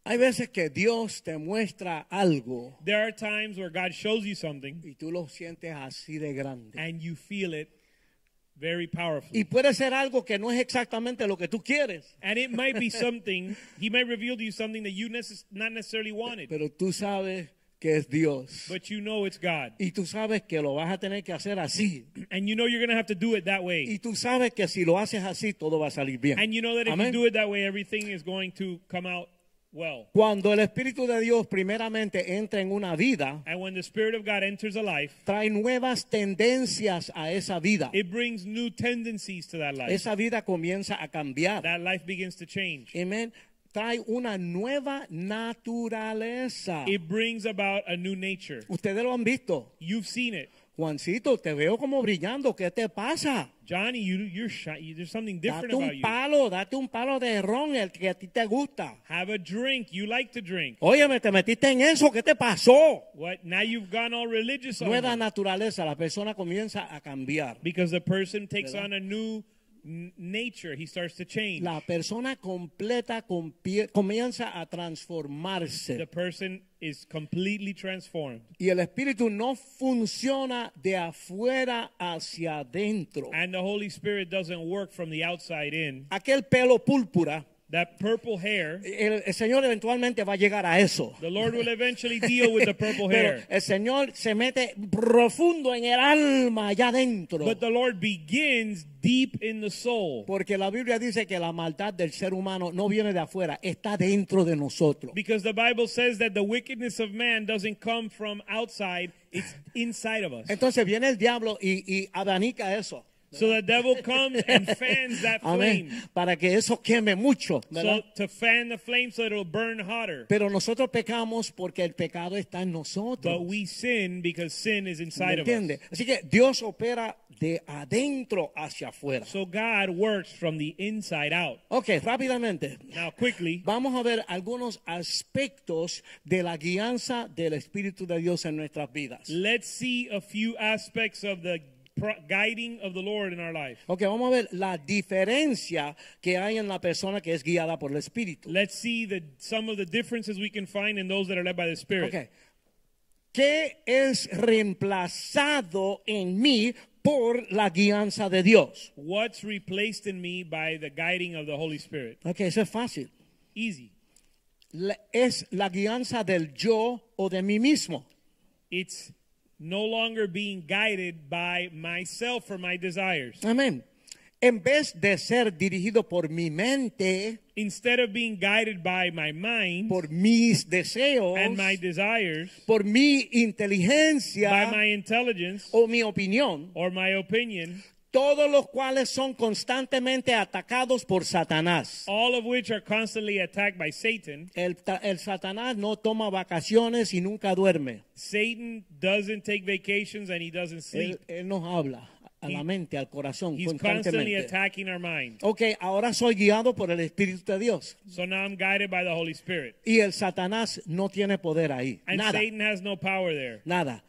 C: Hay veces que Dios te muestra algo
D: There are times where God shows you something
C: y tú lo sientes así de grande.
D: and you feel it very
C: Y
D: powerfully.
C: puede ser algo que no es exactamente lo que tú quieres,
D: And it might be something, He might reveal to you something that you necess- not necessarily wanted,
C: pero tú sabes que es Dios.
D: but you know it's God.
C: Y tú sabes que lo vas a tener que hacer así.
D: And you know you're going to have to do it that
C: Y
D: way.
C: tú sabes que si lo haces así, todo va a salir bien.
D: And you know that if
C: Amén.
D: you do it that way, everything is going to come out well.
C: Cuando el Espíritu de Dios primeramente entra en una vida,
D: And when the Spirit of God enters a life,
C: trae nuevas tendencias a esa vida.
D: it brings new tendencies to that life.
C: Esa vida comienza a cambiar.
D: that life begins to change.
C: Amén. Trae una nueva naturaleza.
D: It brings about a new nature.
C: Ustedes lo han visto.
D: You've seen it.
C: Juancito, te veo como brillando. ¿Qué te pasa?
D: Johnny, you, you're shy. You- There's something different
C: Date
D: about
C: un
D: you.
C: palo, date un palo de ron, el que a ti te gusta.
D: Have a drink. You like to drink.
C: Óyeme, te metiste en eso, ¿qué te pasó?
D: What? Now you've gone all religious on
C: Nueva
D: them.
C: naturaleza, la persona comienza a cambiar.
D: because the person takes
C: ¿Verdad?
D: on a new n- nature. He starts to change.
C: La persona completa compie- comienza a transformarse.
D: The person is completely transformed,
C: Y el espíritu no funciona de afuera hacia adentro.
D: and the Holy Spirit doesn't work from the outside in.
C: Aquel pelo púrpura,
D: That purple hair,
C: el, el Señor eventualmente va a llegar a eso.
D: the Lord will eventually deal with the
C: Pero
D: purple
C: eh,
D: hair.
C: el Señor se mete profundo en el alma allá adentro.
D: But the Lord begins deep in the soul.
C: Porque la Biblia dice que la maldad del ser humano no viene de afuera, está dentro de nosotros.
D: Because the Bible says that the wickedness of man doesn't come from outside, it's inside of us.
C: Entonces viene el diablo y, y abanica eso.
D: So the devil comes and fans that
C: Amén.
D: flame.
C: Para que eso queme mucho. ¿verdad?
D: So to fan the flame so it'll burn hotter.
C: Pero nosotros pecamos porque el pecado está en nosotros.
D: But we sin because sin is
C: ¿Me
D: inside of us.
C: entiende? Así que Dios opera de adentro hacia afuera.
D: So God works from the inside out.
C: ok, rápidamente.
D: Now, quickly,
C: Vamos a ver algunos aspectos de la guianza del Espíritu de Dios en nuestras vidas.
D: let's see a few aspects of the pro- guiding of the Lord in our life.
C: Ok, vamos a ver la diferencia que hay en la persona que es guiada por el Espíritu.
D: Let's see the, some of the differences we can find in those that are led by the Spirit.
C: Ok. ¿Qué es reemplazado en mí por la guianza de Dios?
D: What's replaced in me by the guiding of the Holy Spirit?
C: Ok, eso es fácil.
D: Easy.
C: La- es la guianza del yo o de mí mismo.
D: It's no longer being guided by myself or my desires.
C: Amén. En vez de ser dirigido por mi mente,
D: Instead of being guided by my mind
C: por mis deseos,
D: and my desires,
C: por mi inteligencia
D: by my intelligence
C: o mi opinión,
D: or my opinion,
C: todos los cuales son constantemente atacados por Satanás.
D: all of which are constantly attacked by Satan,
C: El, ta- el Satanás no toma vacaciones y nunca duerme.
D: Satan doesn't take vacations and he
C: Él,
D: doesn't sleep.
C: él nos habla a la
D: He-
C: mente, al corazón,
D: He's constantly
C: Eh, constantemente.
D: attacking our mind.
C: Ok, ahora soy guiado por el Espíritu de Dios.
D: So now I'm guided by the Holy Spirit.
C: Y el Satanás no tiene poder ahí.
D: And
C: nada,
D: Satan has no power there
C: nada.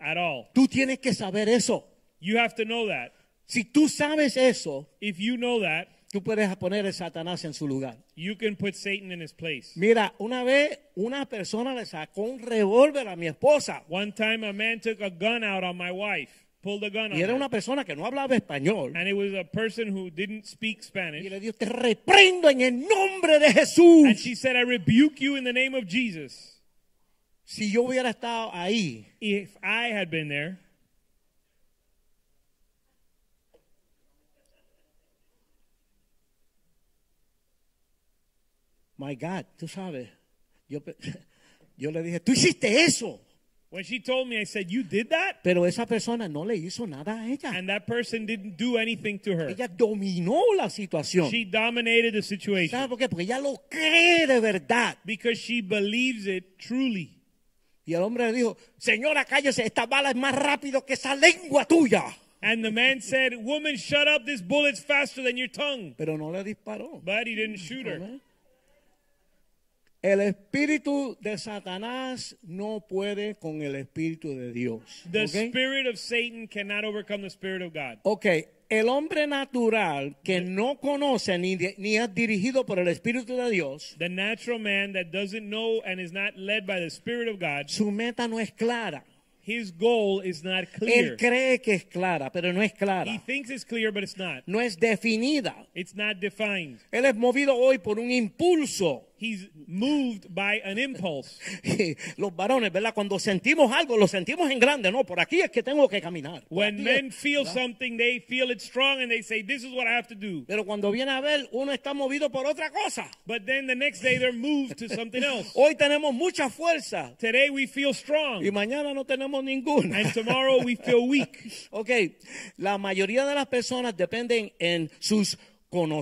D: at all.
C: Tú tienes que saber eso.
D: You have to know that.
C: Si tú sabes eso,
D: If you know that,
C: tú puedes poner el Satanás en su lugar.
D: you can put Satan in his place.
C: Mira, una vez una persona le sacó un revólver a mi esposa.
D: One time a man took a gun out on my wife, pulled a gun on
C: Y era
D: her.
C: una persona que no hablaba español.
D: And it was a person who didn't speak
C: Y
D: Spanish.
C: le dijo, te reprendo en el nombre de
D: And
C: Jesús.
D: she said, I rebuke you in the name of Jesus.
C: Si yo hubiera estado ahí,
D: If I had been there,
C: my God, tú sabes, yo, pe- yo le dije, tú hiciste eso.
D: When she told me, I said, You did that?
C: Pero esa persona no le hizo nada a ella.
D: And that person didn't do anything to her.
C: Ella dominó la situación.
D: She dominated the situation
C: ¿Sabe por qué? Porque ella lo cree de verdad.
D: because she believes it truly.
C: Y el hombre le dijo, señora, cállese, esta bala es más rápido que esa lengua tuya.
D: And the man said, Woman, shut up. This bullet's faster than your tongue.
C: Pero no le disparó.
D: But he didn't shoot her.
C: El espíritu de Satanás no puede con el espíritu de Dios.
D: The
C: ¿ok?
D: spirit of Satan cannot overcome the spirit of God.
C: Ok, el hombre natural que no conoce ni, de- ni es dirigido por el Espíritu de Dios,
D: The natural man that doesn't know and is not led by the spirit of God,
C: su meta no es clara.
D: his goal is not
C: Él
D: clear.
C: cree que es clara, pero no es
D: He
C: clara.
D: thinks it's clear, but it's not.
C: No es definida.
D: It's not defined.
C: Él es movido hoy por un impulso.
D: He's moved by an impulse.
C: Los varones, ¿verdad? Cuando sentimos algo, lo sentimos en grande. No, por aquí es que tengo que caminar. por
D: When
C: aquí es-
D: men feel something, they feel it strong and they say, This is what I have to do.
C: Pero cuando viene a ver, uno está movido por otra cosa.
D: But then the next day, they're moved to something else.
C: Hoy tenemos mucha fuerza
D: Today, we feel
C: y
D: strong,
C: mañana no tenemos ninguna.
D: and tomorrow, we feel weak.
C: Ok, la mayoría de las personas dependen en sus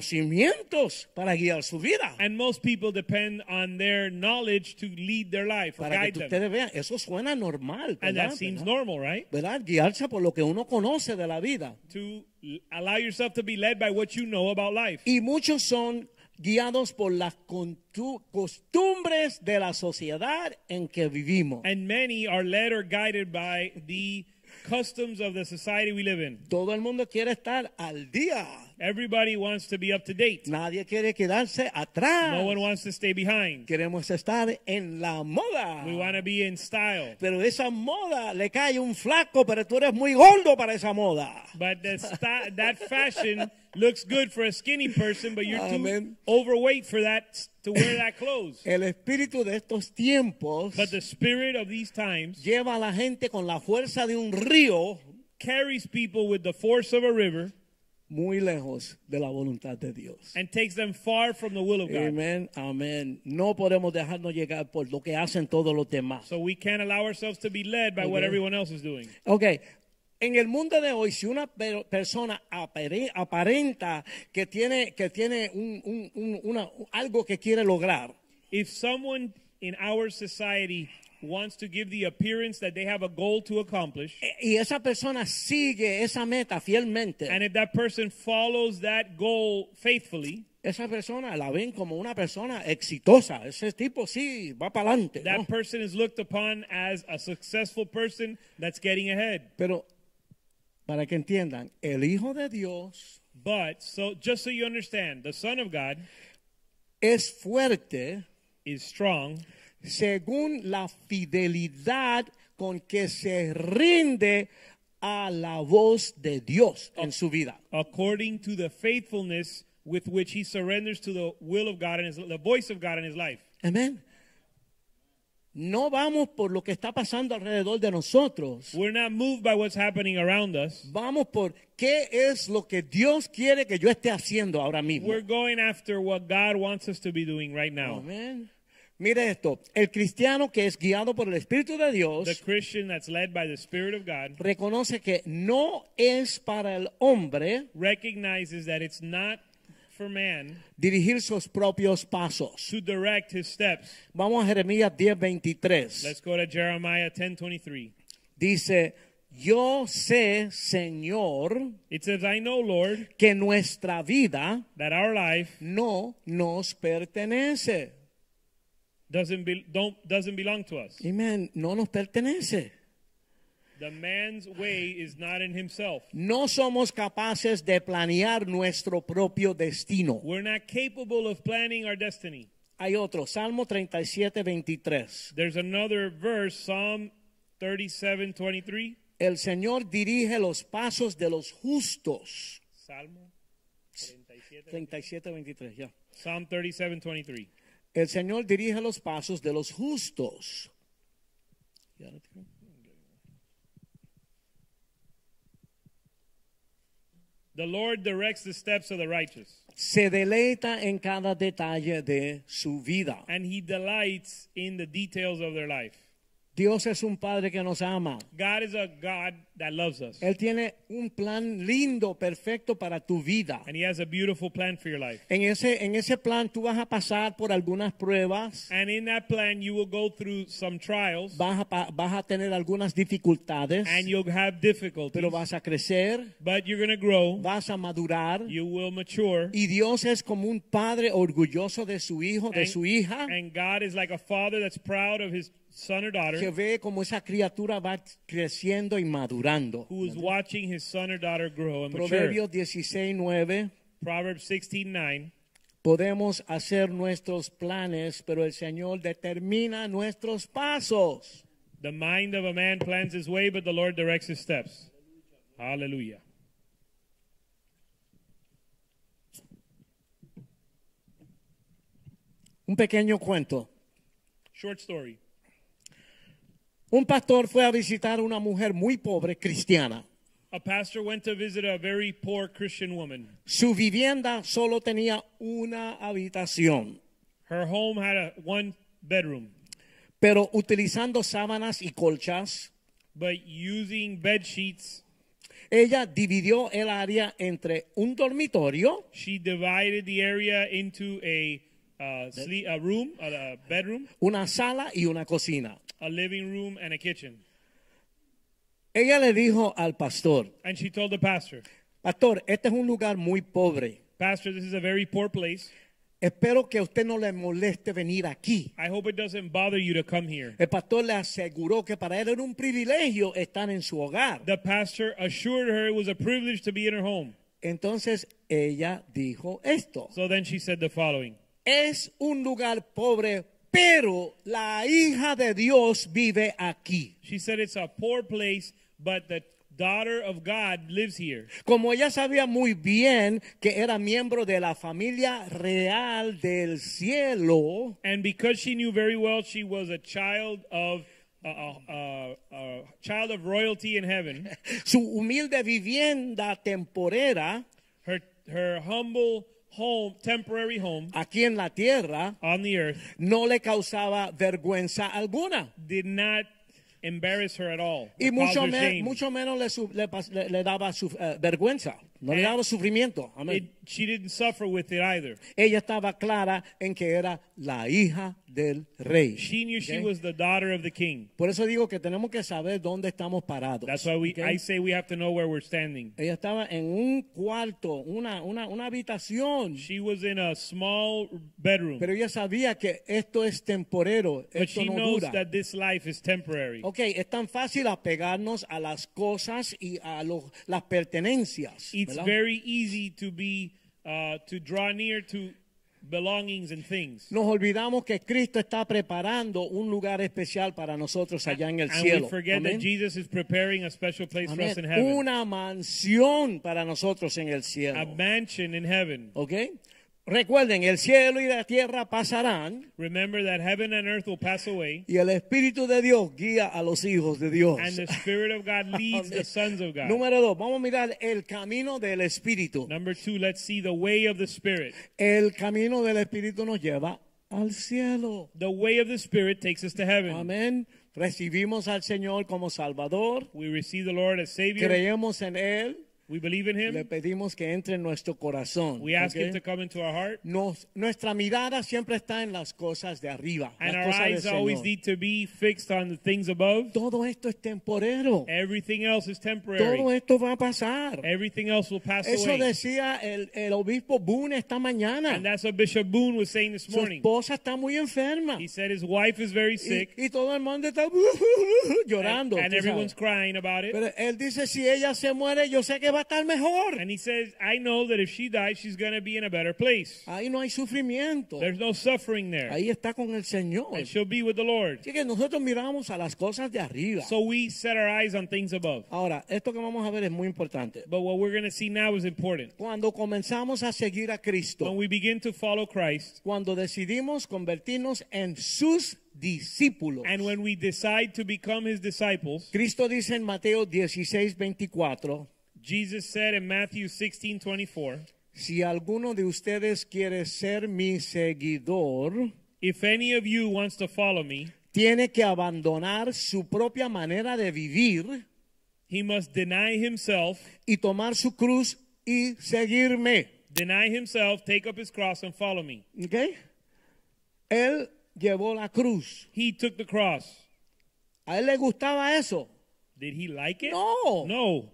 C: conocimientos para guiar su vida.
D: And most people depend on their knowledge to lead their life, or
C: Para
D: guide
C: que
D: them.
C: ustedes vean, eso suena normal,
D: And
C: ¿verdad?
D: that seems
C: ¿verdad?
D: normal, right?
C: ¿Verdad? Guiarse por lo que uno conoce de la vida.
D: To l- allow yourself to be led by what you know about life.
C: Y muchos son guiados por las contu- costumbres de la sociedad en que vivimos.
D: And many are led or guided by the customs of the society we live in.
C: Todo el mundo quiere estar al día.
D: Everybody wants to be up to date.
C: Nadie quiere quedarse atrás.
D: No one wants to stay behind.
C: Queremos estar en la moda.
D: We want to be in style.
C: Pero esa moda le cae un flaco, pero tú eres muy gordo para esa moda.
D: But the sty that fashion looks good for a skinny person, but you're
C: Amen.
D: too overweight for that to wear that clothes.
C: El espíritu de estos tiempos
D: But the spirit of these times
C: lleva a la gente con la fuerza de un río
D: carries people with the force of a river
C: muy lejos de la voluntad de Dios.
D: and takes them far from the will of God.
C: Amén, amén. No podemos dejarnos llegar por lo que hacen todos los demás.
D: So we can't allow ourselves to be led by what
C: Amen.
D: everyone else is doing.
C: Ok, en el mundo de hoy, si una per- persona apare- aparenta que tiene, que tiene un- un- un- una- algo que quiere lograr,
D: If someone in our society wants to give the appearance that they have a goal to accomplish,
C: e- y esa persona sigue esa meta fielmente,
D: and if that person follows that goal faithfully,
C: Esa persona la ven como una persona exitosa. Ese tipo sí va para adelante.
D: that person is looked upon as a successful person that's getting ahead.
C: Pero para que entiendan, el Hijo de Dios
D: But so just so you understand, the Son of God
C: es fuerte
D: is strong
C: según la fidelidad con que se rinde a la voz de Dios en su vida.
D: according to the faithfulness with which he surrenders to the will of God and his, the voice of God in his life.
C: Amén. No vamos por lo que está pasando alrededor de nosotros.
D: We're not moved by what's happening around us.
C: Vamos por qué es lo que Dios quiere que yo esté haciendo ahora mismo.
D: We're going after what God wants us to be doing right now.
C: Amén. Mire esto, el cristiano que es guiado por el Espíritu de
D: The
C: Dios
D: Christian that's led by the Spirit of God
C: reconoce que no es para el hombre
D: recognizes that it's not for man
C: dirigir sus propios pasos.
D: to direct his steps.
C: Vamos a Jeremías
D: Let's
C: 10:23.
D: go to Jeremiah 10:23.
C: Dice, yo sé, Señor,
D: It says, "I know, Lord,
C: que nuestra vida
D: that our life
C: no nos pertenece.
D: doesn't be, don't doesn't belong to us.
C: Amén, no nos pertenece.
D: The man's way is not in himself.
C: No somos capaces de planear nuestro propio destino.
D: We're not capable of planning our destiny."
C: Hay otro, Salmo 37:23.
D: There's another verse, Psalm 37:23.
C: El Señor dirige los pasos de los justos.
D: Salmo 37.
C: 37, 23, ya.
D: Psalm 37:23.
C: El Señor dirige los pasos de los justos. Ya lo tengo.
D: The Lord directs the steps of the righteous.
C: Se deleita en cada detalle de su vida.
D: and he delights in the details of their life.
C: Dios es un Padre que nos ama.
D: God is a God that loves us,
C: Él tiene un plan lindo, perfecto para tu vida.
D: and He has a beautiful plan for your life.
C: En ese, en ese plan tú vas a pasar por algunas pruebas,
D: And in that plan, you will go through some trials,
C: vas a, pa- vas a tener algunas dificultades,
D: and you'll have difficulties,
C: pero vas a crecer,
D: but you're going to grow.
C: vas a madurar.
D: You will mature.
C: Y Dios es como un padre orgulloso de su hijo, de
D: and,
C: su hija,
D: and God is like a father that's proud of his son or daughter
C: que ve como esa criatura va creciendo y madurando.
D: who is watching his son or daughter grow and mature.
C: Proverbios 16, 9.
D: Proverbs 16:9.
C: Podemos hacer nuestros planes, pero el Señor determina nuestros pasos.
D: The mind of a man plans his way, but the Lord directs his steps. Hallelujah.
C: Un pequeño cuento.
D: Short story.
C: Un pastor fue a visitar a una mujer muy pobre cristiana.
D: A pastor went to visit a very poor Christian woman.
C: Su vivienda solo tenía una habitación,
D: Her home had a one bedroom,
C: pero utilizando sábanas y colchas,
D: but using bed sheets,
C: ella dividió el área entre un dormitorio
D: she divided the area into a uh, sle a room, a, a bedroom,
C: una sala y una cocina.
D: a living room, and a kitchen.
C: Ella le dijo al pastor,
D: And she told the pastor,
C: pastor, este es un lugar muy pobre.
D: Pastor, this is a very poor place.
C: Espero que a usted no le moleste venir aquí.
D: I hope it doesn't bother you to come here.
C: El pastor le aseguró que para él era un privilegio estar en su hogar.
D: The pastor assured her it was a privilege to be in her home.
C: Entonces ella dijo esto.
D: So then she said the following
C: Es un lugar pobre, pero la hija de Dios vive aquí.
D: She said, It's a poor place, but the daughter of God lives here.
C: Como ella sabía muy bien que era miembro de la familia real del cielo,
D: And because she knew very well she was a child of. uh, A, a, a, a uh, child of royalty in heaven,
C: su humilde vivienda temporera
D: her her humble home, temporary home
C: aquí en la tierra
D: on the earth,
C: no le causaba vergüenza alguna.
D: did not embarrass her at all.
C: Y
D: or cause
C: mucho,
D: her
C: me-
D: shame.
C: mucho menos le, su- le pas- le- le daba su- eh, vergüenza, no le
D: Eh,
C: daba sufrimiento. Amén.
D: It, she didn't suffer with it either.
C: Ella estaba clara en que era la hija del rey.
D: She knew she
C: ¿ok?
D: was the daughter of the king.
C: Por eso digo que tenemos que saber dónde estamos parados.
D: That's why we,
C: ¿ok?
D: I say we have to know where we're standing.
C: Ella estaba en un cuarto, una, una, una habitación,
D: She was in a small bedroom,
C: pero ella sabía que esto es temporero,
D: but
C: esto
D: she
C: no
D: knows
C: dura.
D: that this life is temporary.
C: Ok, es tan fácil apegarnos a las cosas y a los- las pertenencias.
D: It's
C: ¿verdad?
D: very easy to be uh, to draw near to belongings and things.
C: Nos olvidamos que Cristo está preparando un lugar especial para nosotros allá en el
D: and
C: cielo.
D: we forget
C: Amén.
D: that Jesus is preparing a special place for us in
C: Amén.
D: heaven,
C: Una mansión para nosotros en el
D: a
C: cielo.
D: mansion in heaven.
C: ¿Ok? Recuerden, el cielo y la tierra pasarán
D: Remember that heaven and earth will pass away,
C: y el Espíritu de Dios guía a los hijos de Dios.
D: and the Spirit of God leads the sons of God.
C: Número dos, vamos a mirar el camino del Espíritu.
D: Number two, let's see the way of the Spirit.
C: El camino del Espíritu nos lleva al cielo.
D: The way of the Spirit takes us to heaven.
C: Amén. Recibimos al Señor como Salvador.
D: We receive the Lord as Savior.
C: Creemos en Él.
D: We believe in
C: Le
D: Him.
C: pedimos que entre en nuestro corazón.
D: We ask
C: ¿ok?
D: Him to come into our heart.
C: Nos- nuestra mirada siempre está en las cosas de arriba.
D: And
C: las
D: our
C: cosas del
D: eyes always
C: Señor.
D: need to be fixed on the things above.
C: Todo esto es temporero.
D: Everything else is
C: Todo
D: temporary.
C: esto va a pasar.
D: Everything else will pass
C: Eso
D: away.
C: decía el, el obispo Boone esta mañana.
D: And that's what Bishop Boone was saying this
C: Su
D: morning.
C: esposa está muy enferma.
D: He said his wife is very sick.
C: Y, y todo el mundo está
D: And,
C: llorando.
D: and
C: tú sabes.
D: everyone's crying about it.
C: Pero él dice, si ella se muere, yo sé que va a estar mejor.
D: And he says, I know that if she dies, she's going to be in a better place.
C: Ahí Ah, no hay sufrimiento.
D: There's no suffering there.
C: Ahí está con el Señor.
D: And
C: Así
D: she'll be with the Lord.
C: que nosotros miramos a las cosas de arriba.
D: So we set our eyes on things above.
C: Ahora, esto que vamos a ver es muy importante.
D: But what we're going to see now is important.
C: Cuando comenzamos a seguir a Cristo,
D: When we begin to follow Christ,
C: cuando decidimos convertirnos en sus discípulos.
D: and when we decide to become his disciples,
C: Cristo dice en Mateo 16, 24,
D: Jesus said in Matthew 16 24,
C: si alguno de ustedes quiere ser mi seguidor,
D: If any of you wants to follow me,
C: tiene que abandonar su propia manera de vivir
D: He must deny himself,
C: y tomar su cruz y seguirme.
D: deny himself, take up his cross, and follow me.
C: ¿Ok? Él llevó la cruz.
D: He took the cross.
C: ¿A él le gustaba eso?
D: Did he like it?
C: No.
D: No.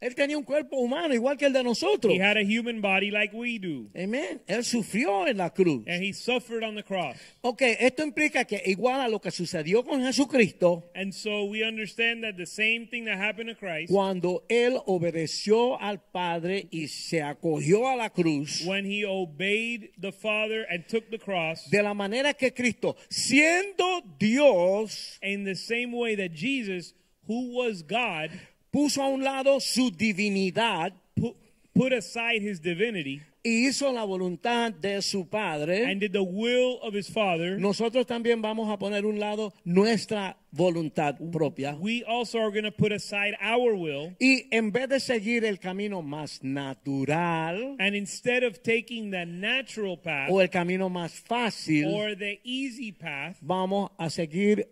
C: Él tenía un cuerpo humano igual que el de nosotros.
D: He had a human body like we do,
C: Amén. Él sufrió en la cruz.
D: and he suffered on the cross.
C: Ok, esto implica que igual a lo que sucedió con Jesucristo,
D: And so we understand that the same thing that happened to Christ
C: cuando él obedeció al Padre y se acogió a la cruz,
D: when he obeyed the Father and took the cross,
C: de la manera que Cristo, siendo Dios,
D: in the same way that Jesus, who was God,
C: puso a un lado su divinidad
D: pu- put aside his divinity
C: y hizo la voluntad de su Padre,
D: and did the will of his Father,
C: nosotros también vamos a poner a un lado nuestra voluntad propia.
D: we also are going to put aside our will.
C: Y en vez de seguir el camino más natural
D: And instead of taking the natural path
C: o el camino más fácil,
D: or the easy path,
C: vamos a seguir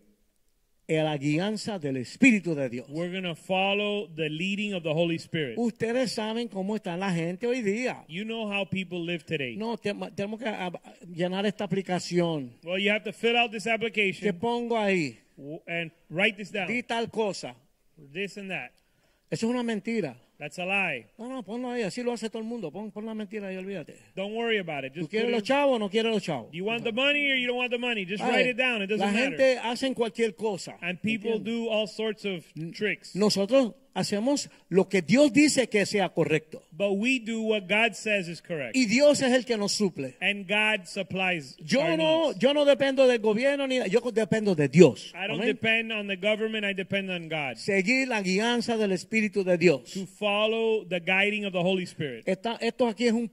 C: la guianza del Espíritu de Dios.
D: we're going to follow the leading of the Holy Spirit.
C: Ustedes saben cómo está la gente hoy día.
D: You know how people live today.
C: No, te- tenemos que ah, llenar esta aplicación.
D: Well, you have to fill out this
C: ¿Qué
D: application
C: pongo ahí?
D: w- and write this
C: Di
D: down.
C: tal cosa.
D: This and that.
C: Eso es una mentira.
D: That's a lie.
C: No, no, ponlo ahí. Así lo hace todo el mundo. Pon, pon la mentira y olvídate.
D: Don't worry about it.
C: ¿Tú
D: Just put
C: quieres
D: it-
C: los chavos o no quieres los chavos?
D: Do you want the money or you don't want the money? Just
C: Vale,
D: write it down. It doesn't
C: la
D: matter.
C: gente hacen cualquier cosa.
D: And people
C: ¿entiendes?
D: do all sorts of tricks.
C: Nosotros hacemos lo que Dios dice que sea correcto.
D: But we do what God says is correct.
C: Y Dios es el que nos suple.
D: And God supplies
C: Yo
D: our
C: no,
D: needs.
C: yo no dependo del gobierno ni yo dependo de Dios.
D: I don't
C: Amén.
D: depend on the government. I depend on God.
C: Seguir la guianza del Espíritu de Dios.
D: To follow the guiding of the Holy Spirit.
C: Esta- esto aquí es un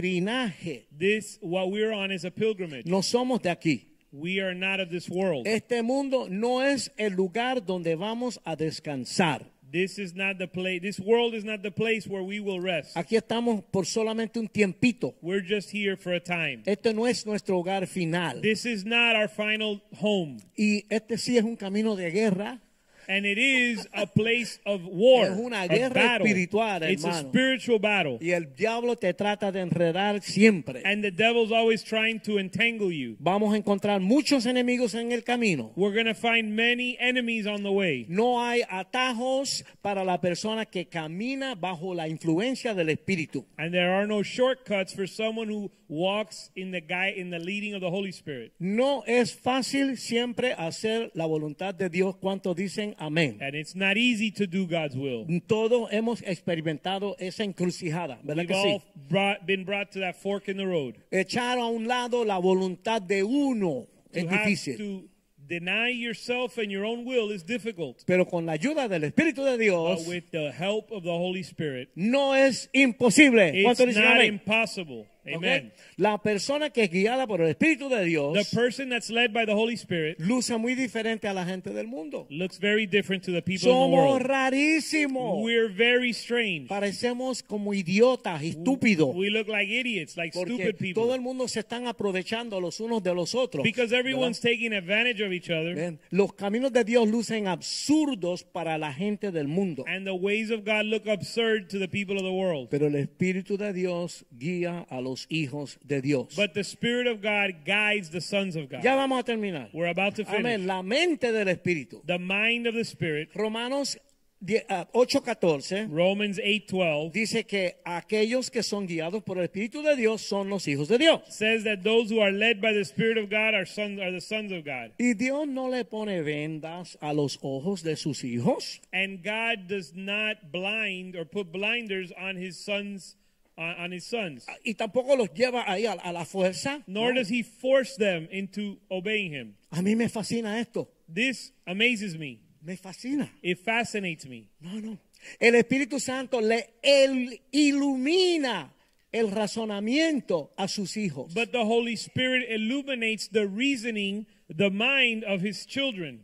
C: peregrinaje.
D: This, what we're on, is a pilgrimage.
C: No somos de aquí.
D: We are not of this world.
C: Este mundo no es el lugar donde vamos a descansar.
D: This is not the place. This world is not the place where we will rest.
C: Aquí estamos por solamente un tiempito.
D: We're just here for a time.
C: Este no es nuestro hogar final.
D: This is not our final home.
C: Y este sí es un camino de guerra.
D: And it is a place of war.
C: Es una
D: of
C: guerra
D: battle.
C: espiritual,
D: it's a
C: hermano.
D: spiritual battle.
C: Y el diablo te trata de enredar siempre.
D: And the devil's always trying to entangle you.
C: Vamos a encontrar muchos enemigos en el camino.
D: We're going to find many enemies on the way.
C: No hay atajos para la persona que camina bajo la influencia del Espíritu.
D: And there are no shortcuts for someone who walks in the guy in the leading of the Holy Spirit.
C: No es fácil siempre hacer la voluntad de Dios. ¿Cuántos dicen amén?
D: And it's not easy to do God's will.
C: Todos hemos experimentado esa encrucijada, ¿verdad
D: We've
C: que sí?
D: all brought, been brought to that fork in the road.
C: Echar a un lado la voluntad de uno
D: to
C: es
D: have
C: difícil,
D: to deny yourself and your own will is difficult.
C: pero con la ayuda del Espíritu de
D: But
C: Dios
D: with the help of the Holy Spirit,
C: no es imposible.
D: it's
C: ¿Cuántos dicen
D: not
C: amén?
D: impossible. Amen.
C: ¿Ok? La persona que es guiada por el Espíritu de
D: The
C: Dios
D: person that's led by the Holy Spirit
C: luce muy diferente a la gente del mundo.
D: looks very different to the people in the
C: Somos
D: world.
C: rarísimos.
D: We're very strange.
C: Parecemos como idiotas, estúpidos.
D: We look like idiots, like
C: Porque
D: stupid people.
C: todo el mundo se están aprovechando los unos de los otros.
D: because everyone's
C: ¿verdad?
D: taking advantage of each other,
C: Bien. Los caminos de Dios lucen absurdos para la gente del mundo.
D: and the ways of God look absurd to the people of the world.
C: Pero el Espíritu de Dios guía a los hijos de Dios.
D: But the Spirit of God guides the sons of God.
C: ya vamos a terminar.
D: We're about to finish.
C: Amén. La mente del Espíritu.
D: The mind of the Spirit,
C: Romanos die- ah, 8:14
D: Romans 8:12,
C: dice que aquellos que son guiados por el Espíritu de Dios son los hijos de Dios.
D: says that those who are led by the Spirit of God are sons are the sons of God.
C: Y Dios no le pone vendas a los ojos de sus hijos.
D: And God does not blind or put blinders on his sons on, on his sons.
C: Y tampoco los lleva ahí a, a la fuerza.
D: Nor
C: No.
D: does he force them into obeying him.
C: A mí me fascina esto.
D: This amazes me.
C: Me fascina.
D: It fascinates me.
C: No, no. El Espíritu Santo le el- ilumina el razonamiento a sus hijos.
D: But the Holy Spirit illuminates the reasoning, the mind of his children.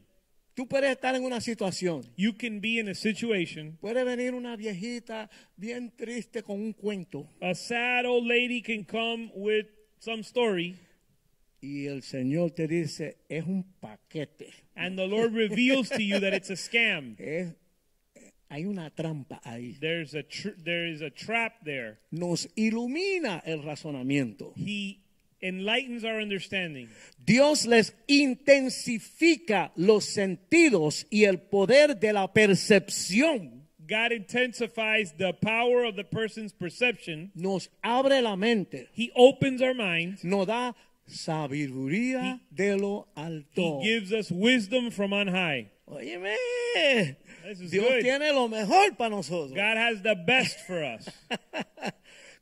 C: Tú puedes estar en una situación.
D: You can be in a situation,
C: Puede venir una viejita bien triste con un cuento
D: a sad old lady can come with some story
C: Y el Señor te dice, es un paquete.
D: And the Lord reveals to you that it's a scam.
C: Es- eh, hay una trampa ahí.
D: There's a tr- there is a trap there.
C: Nos ilumina el razonamiento.
D: He enlightens our understanding.
C: Dios les intensifica los sentidos y el poder de la percepción.
D: God intensifies the power of the person's perception.
C: Nos abre la mente.
D: He opens our mind.
C: Nos da sabiduría de lo alto.
D: He gives us wisdom from on high.
C: Óyeme,
D: This is
C: Dios
D: good.
C: tiene lo mejor para nosotros.
D: God has the best for us.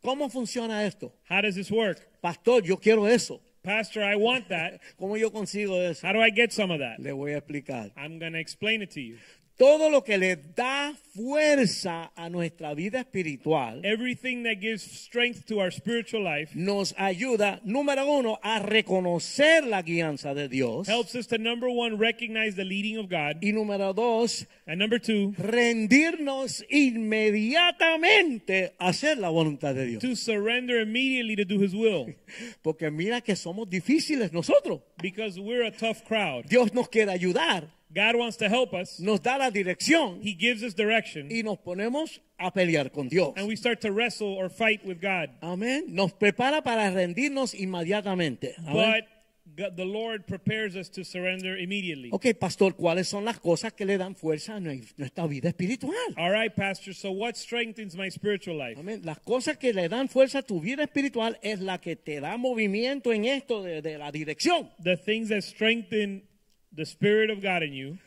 C: ¿Cómo funciona esto?
D: How does this work?
C: Pastor, yo quiero eso.
D: Pastor, I want that.
C: ¿Cómo yo consigo eso?
D: How do I get some of that?
C: Le voy a explicar.
D: I'm going to explain it to you.
C: Todo lo que le da fuerza a nuestra vida espiritual
D: Everything that gives strength to our spiritual life
C: nos ayuda, número uno, a reconocer la guianza de Dios.
D: helps us to number one, recognize the leading of God.
C: Y número dos,
D: And number two,
C: rendirnos inmediatamente a hacer la voluntad de Dios.
D: to surrender immediately to do his will.
C: Porque mira que somos difíciles nosotros.
D: Because we're a tough crowd.
C: Dios nos quiere ayudar,
D: God wants to help us.
C: nos da la dirección
D: He gives us direction.
C: y nos ponemos a pelear con Dios.
D: And we start to wrestle or fight with God.
C: Amén. Nos prepara para rendirnos inmediatamente. Amén.
D: But God- the Lord prepares us to surrender immediately.
C: Ok, pastor, ¿cuáles son las cosas que le dan fuerza a nue- nuestra vida espiritual?
D: All right, Pastor. So, what strengthens my spiritual life?
C: Amén. Las cosas que le dan fuerza a tu vida espiritual es la que te da movimiento en esto de, de la dirección.
D: The things that strengthen the Spirit of God in you.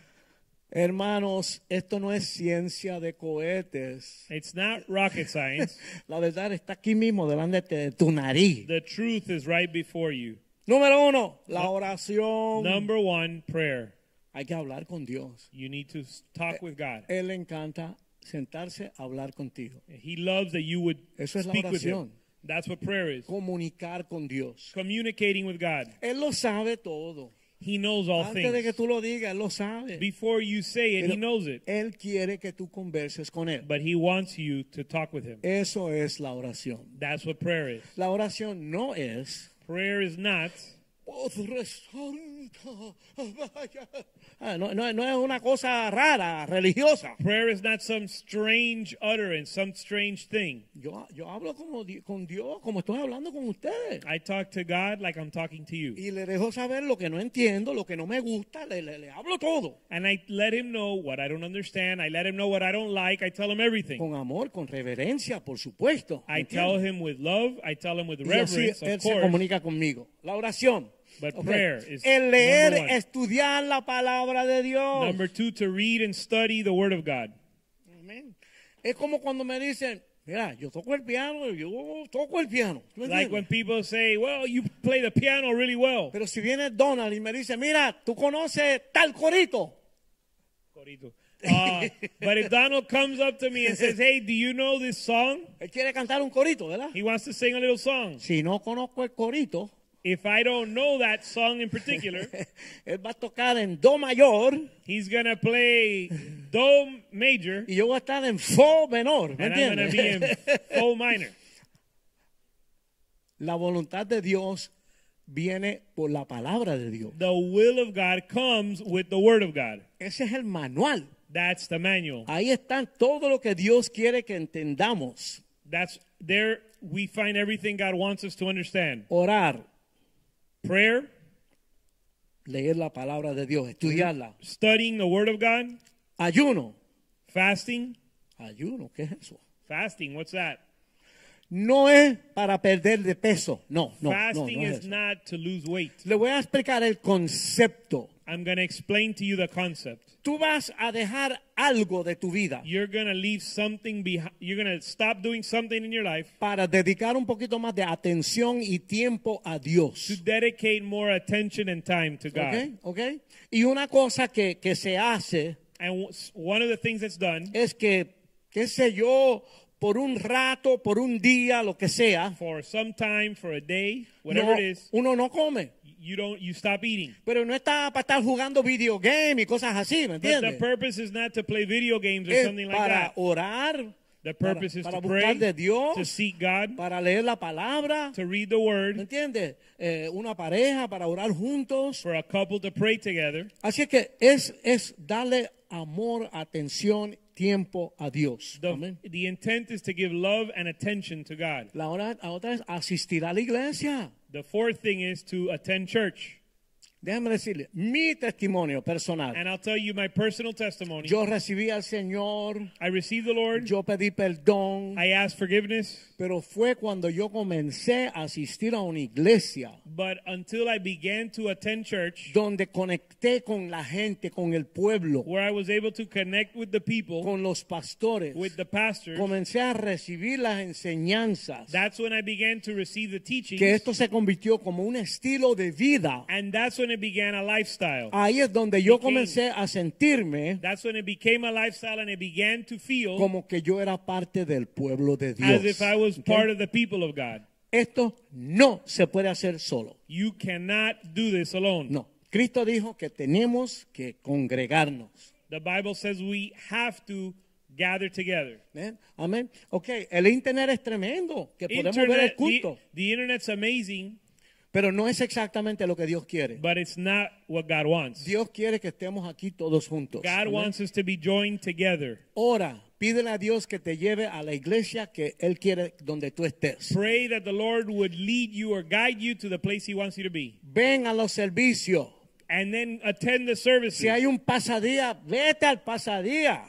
C: Hermanos, esto no es ciencia de cohetes.
D: It's not rocket science.
C: La verdad está aquí mismo, delante de tu nariz.
D: the truth is right before you.
C: Número uno, la oración.
D: Number one, prayer.
C: Hay que hablar con Dios.
D: You need to s- talk with God.
C: Él le encanta sentarse a hablar contigo.
D: He loves that you would
C: eh. Eso es la
D: speak with
C: oración.
D: Him. That's what prayer is.
C: Comunicar con Dios.
D: Communicating with God.
C: Él lo sabe todo.
D: He knows all
C: Antes de que
D: things.
C: tú lo digas, Él lo sabe.
D: Before you say it,
C: Pero eh,
D: He knows it.
C: Él quiere que tú converses con Él.
D: But He wants you to talk with Him.
C: Eso es la oración.
D: That's what prayer is.
C: La oración no es.
D: Prayer is not.
C: "Padre Santo, vaya". Ah, No, no- no es una cosa rara, religiosa.
D: Prayer is not some strange utterance, some strange thing.
C: Yo, yo hablo como di- con Dios, como estoy hablando con ustedes.
D: I talk to God like I'm talking to you.
C: Y le dejo saber lo que no entiendo, lo que no me gusta, le, le- le hablo todo.
D: And I let him know what I don't understand. I let him know what I don't like. I tell him everything.
C: Con amor, con reverencia, por supuesto.
D: I
C: ¿entiendes?
D: tell him with love. I tell him with
C: Y así
D: reverence,
C: él
D: of
C: se
D: course.
C: comunica conmigo. La oración.
D: But
C: Ok.
D: prayer is
C: El leer,
D: number one.
C: estudiar la palabra de Dios.
D: Oh. Number two, to read and study the Word of God.
C: Amén. Es como cuando me dicen, mira, yo toco el piano, yo toco el piano. ¿Tú me
D: Like
C: entiendes?
D: when people say, well, you play the piano really well.
C: Pero si viene Donald y me dice, mira, tú conoces tal corito.
D: Corito. Uh, but if Donald comes up to me and says, hey, do you know this song?
C: Él quiere cantar un corito, ¿verdad?
D: He wants to sing a little song.
C: Si no conozco el corito,
D: If I don't know that song in particular,
C: él va a tocar en do mayor
D: he's going to play Do major
C: y yo voy a estar en fo menor. ¿Me
D: and I'm going to
C: entiendes?
D: be in Fo minor.
C: La voluntad de Dios viene por la palabra de Dios.
D: The will of God comes with the word of God.
C: Ese es el manual.
D: That's the manual.
C: Ahí está todo lo que Dios quiere que entendamos.
D: That's there we find everything God wants us to understand.
C: Orar,
D: Prayer,
C: leer la palabra de Dios, estudiarla.
D: studying the word of God,
C: Ayuno.
D: fasting.
C: Ayuno, ¿qué es eso?
D: Fasting, what's that?
C: No es para perder de peso. No, no, no, no
D: fasting
C: es
D: is
C: eso.
D: not to lose weight.
C: Le voy a explicar el concepto.
D: I'm going to explain to you the concept.
C: Tú vas a dejar algo de tu vida
D: You're going to leave something behind. You're going to stop doing something in your life
C: para dedicar un poquito más de atención y tiempo a
D: to
C: Dios.
D: dedicate more attention and time to God.
C: ¿Ok? ¿Ok? Y una cosa que, que se hace
D: And w- one of the things that's done
C: es que, qué sé yo, por un rato, por un día, lo que sea,
D: for some time, for a day, whatever
C: no-
D: it is,
C: uno no come.
D: you don't you stop eating.
C: Pero no está para estar jugando video game y cosas así, ¿me
D: But the
C: entiendes?
D: purpose is not to play video games or
C: Es
D: something like
C: para
D: that.
C: orar,
D: The purpose is
C: para
D: to pray,
C: buscar de Dios,
D: to seek God,
C: para leer la palabra,
D: to read the
C: ¿me
D: word,
C: entiendes? Eh, una pareja para orar juntos.
D: for a couple to pray together.
C: Así es que es, es darle amor, atención, tiempo a Dios.
D: The,
C: Amén.
D: the intent is to give love and attention to God.
C: La, hora- la otra es asistir a la iglesia.
D: The fourth thing is to attend church.
C: Déjame decirle, mi testimonio personal.
D: And I'll tell you my personal testimony.
C: Yo recibí al Señor,
D: I received the Lord.
C: yo pedí perdón,
D: I asked forgiveness.
C: pero fue cuando yo comencé a asistir a una iglesia
D: But until I began to attend church,
C: donde conecté con la gente, con el pueblo,
D: where I was able to connect with the people,
C: con los pastores.
D: with the pastors,
C: Comencé a recibir las enseñanzas.
D: that's when I began to receive the teachings.
C: Que esto se convirtió como un estilo de vida.
D: And that's when it began a lifestyle.
C: Ahí es donde yo
D: Became.
C: comencé a sentirme
D: That's when it became a lifestyle and it began to feel
C: como que yo era parte del pueblo de Dios.
D: as if I was
C: ¿Ok?
D: part of the people of God.
C: Esto no se puede hacer solo.
D: You cannot do this alone.
C: No. Cristo dijo que tenemos que congregarnos.
D: The Bible says we have to gather together.
C: ¿Ven? Amén. Ok, el internet es tremendo, que podemos ver el
D: Internet-
C: culto,
D: the, the internet's amazing,
C: pero no es exactamente lo que Dios quiere.
D: but it's not what God wants.
C: Dios quiere que estemos aquí todos juntos.
D: God
C: Amén.
D: wants us to be joined together.
C: Ora, pídele a Dios que te lleve a la iglesia que Él quiere donde tú estés.
D: Pray that the Lord would lead you or guide you to the place He wants you to be.
C: Ven a los servicios.
D: And then attend the services.
C: Si hay un pasadía, vete al pasadía.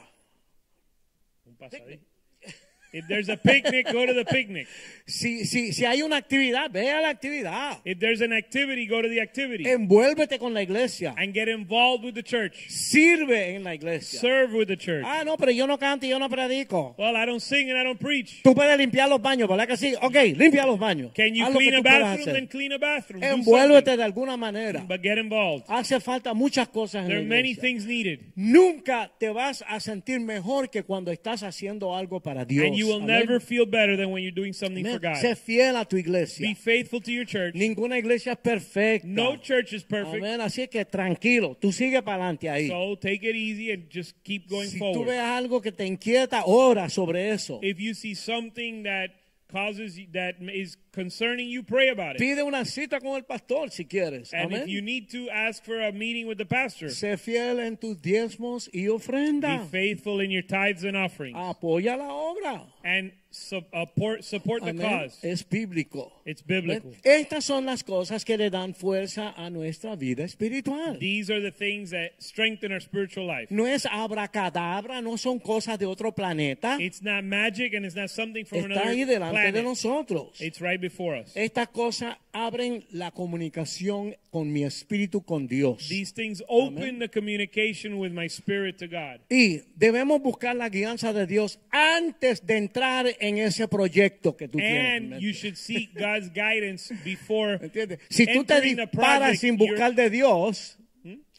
D: If there's a picnic, go to the picnic.
C: Si, si, si hay una actividad, ve a la actividad.
D: If there's an activity, go to the activity.
C: Envuélvete con la iglesia.
D: and get involved with the church.
C: Sirve en la iglesia.
D: Serve with the church.
C: Ah, no, pero yo no canto y yo no predico.
D: well, I don't sing and I don't preach.
C: Tú puedes limpiar los baños, ¿verdad que sí? Ok, limpia los baños.
D: Can you
C: Haz lo que
D: clean a
C: tú puedas
D: bathroom? Then
C: hacer.
D: clean a bathroom. Do
C: Envuélvete
D: something,
C: de alguna manera.
D: but get involved.
C: Hace falta muchas cosas en
D: There
C: la
D: are many
C: iglesia.
D: things needed.
C: Nunca te vas a sentir mejor que cuando estás haciendo algo para Dios.
D: And you will
C: Amén.
D: never feel better than when you're doing something
C: Amén.
D: for God.
C: Sé fiel a tu
D: Be
C: iglesia.
D: faithful to your church.
C: Ninguna iglesia es perfecta.
D: No church is perfect.
C: Amén. Así que tranquilo, tú sigue para adelante ahí.
D: So take it easy and just keep going
C: si tú
D: forward.
C: ves algo que te inquieta, ora sobre eso.
D: If you see something that causes you, that is concerning you, pray about it.
C: Pide una cita con el pastor si quieres.
D: And if
C: Amén.
D: you need to, ask for a meeting with the pastor.
C: Sé fiel en tus diezmos y
D: Be
C: ofrendas.
D: faithful in your tithes and offerings.
C: Apoya la obra.
D: and support support the
C: Amén.
D: cause.
C: Es bíblico.
D: It's biblical.
C: Amén. Estas son las cosas que le dan fuerza a nuestra vida espiritual.
D: These are the things that strengthen our spiritual life.
C: No es abracadabra, no son cosas de otro planeta.
D: It's not magic and it's not something from
C: Está
D: another
C: ahí delante de
D: planet.
C: nosotros.
D: It's right before us.
C: Estas cosas abren la comunicación con mi espíritu con Dios.
D: These things open the communication with my spirit to God.
C: Y debemos buscar la guianza de Dios antes de entrar en ese proyecto que tú
D: And
C: tienes.
D: you should seek God's guidance before
C: ¿Entiendes? Si tú te
D: entering the
C: disparas
D: project,
C: sin
D: you're- Hmm?
C: buscar de Dios,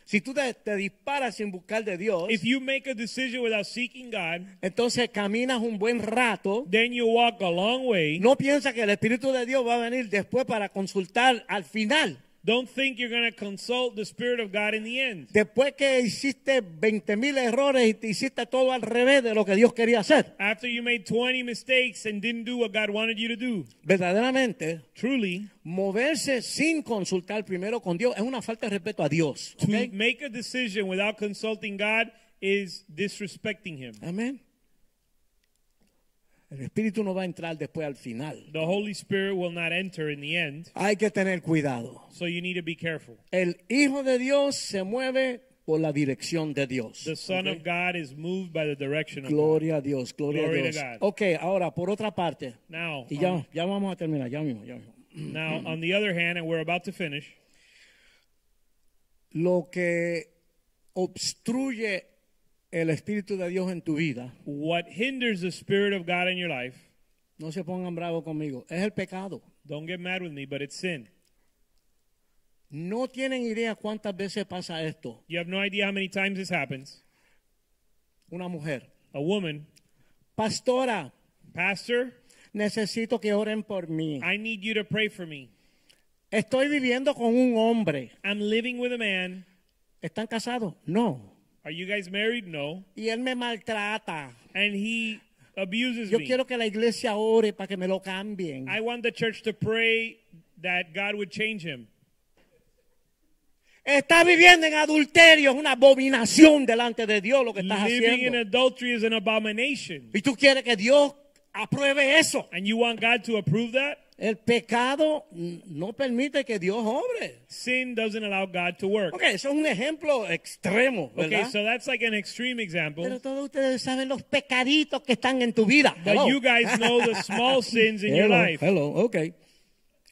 C: si tú te, te disparas sin buscar de Dios,
D: If you make a decision without seeking God,
C: entonces caminas un buen rato.
D: then you walk a long way.
C: No piensa que el Espíritu de Dios va a venir después para consultar al final.
D: Don't think you're going to consult the Spirit of God in the end.
C: Después que hiciste 20 mil errores y te hiciste todo al revés de lo que Dios quería hacer.
D: After you made 20 mistakes and didn't do what God wanted you to do,
C: Verdaderamente,
D: truly,
C: moverse sin consultar primero con Dios es una falta de respeto a Dios. ¿ok?
D: to make a decision without consulting God is disrespecting Him.
C: Amén. El Espíritu no va a entrar después al final.
D: The Holy Spirit will not enter in the end,
C: Hay que tener cuidado.
D: so you need to be careful.
C: El Hijo de Dios se mueve por la dirección de Dios.
D: The Son of God is moved by the direction of God.
C: Gloria a Dios, gloria
D: Glory
C: a
D: to
C: Dios.
D: God.
C: Ok, ahora por otra parte.
D: Now,
C: Y ya,
D: on-
C: ya vamos a terminar, ya mismo, ya mismo.
D: now, on the other hand, and we're about to finish,
C: Lo que obstruye el Espíritu de Dios en tu vida,
D: what hinders the Spirit of God in your life,
C: no se pongan bravos conmigo, es el pecado.
D: don't get mad with me, but it's sin.
C: No tienen idea cuántas veces pasa esto.
D: You have no idea how many times this happens.
C: Una mujer,
D: A woman,
C: pastora,
D: Pastor,
C: necesito que oren por mí.
D: I need you to pray for me.
C: Estoy viviendo con un hombre.
D: I'm living with a man.
C: ¿Están casados? No.
D: Are you guys married? No.
C: Y él me maltrata.
D: And he abuses
C: Yo
D: me.
C: quiero que la iglesia ore para que me lo cambien.
D: I want the church to pray that God would change him.
C: Estás viviendo en adulterio, es una abominación delante de Dios lo que estás
D: Living in
C: haciendo.
D: adultery is an abomination.
C: Y tú quieres que Dios apruebe eso.
D: And you want God to approve that?
C: El pecado n- no permite que Dios obre.
D: Sin doesn't allow God to work.
C: Ok, eso es un ejemplo extremo,
D: Okay,
C: ¿verdad?
D: so that's like an extreme example.
C: Pero todos ustedes saben los pecaditos que están en tu vida.
D: But
C: Hello.
D: you guys know the small sins in your
C: Hello,
D: life.
C: hello, ok.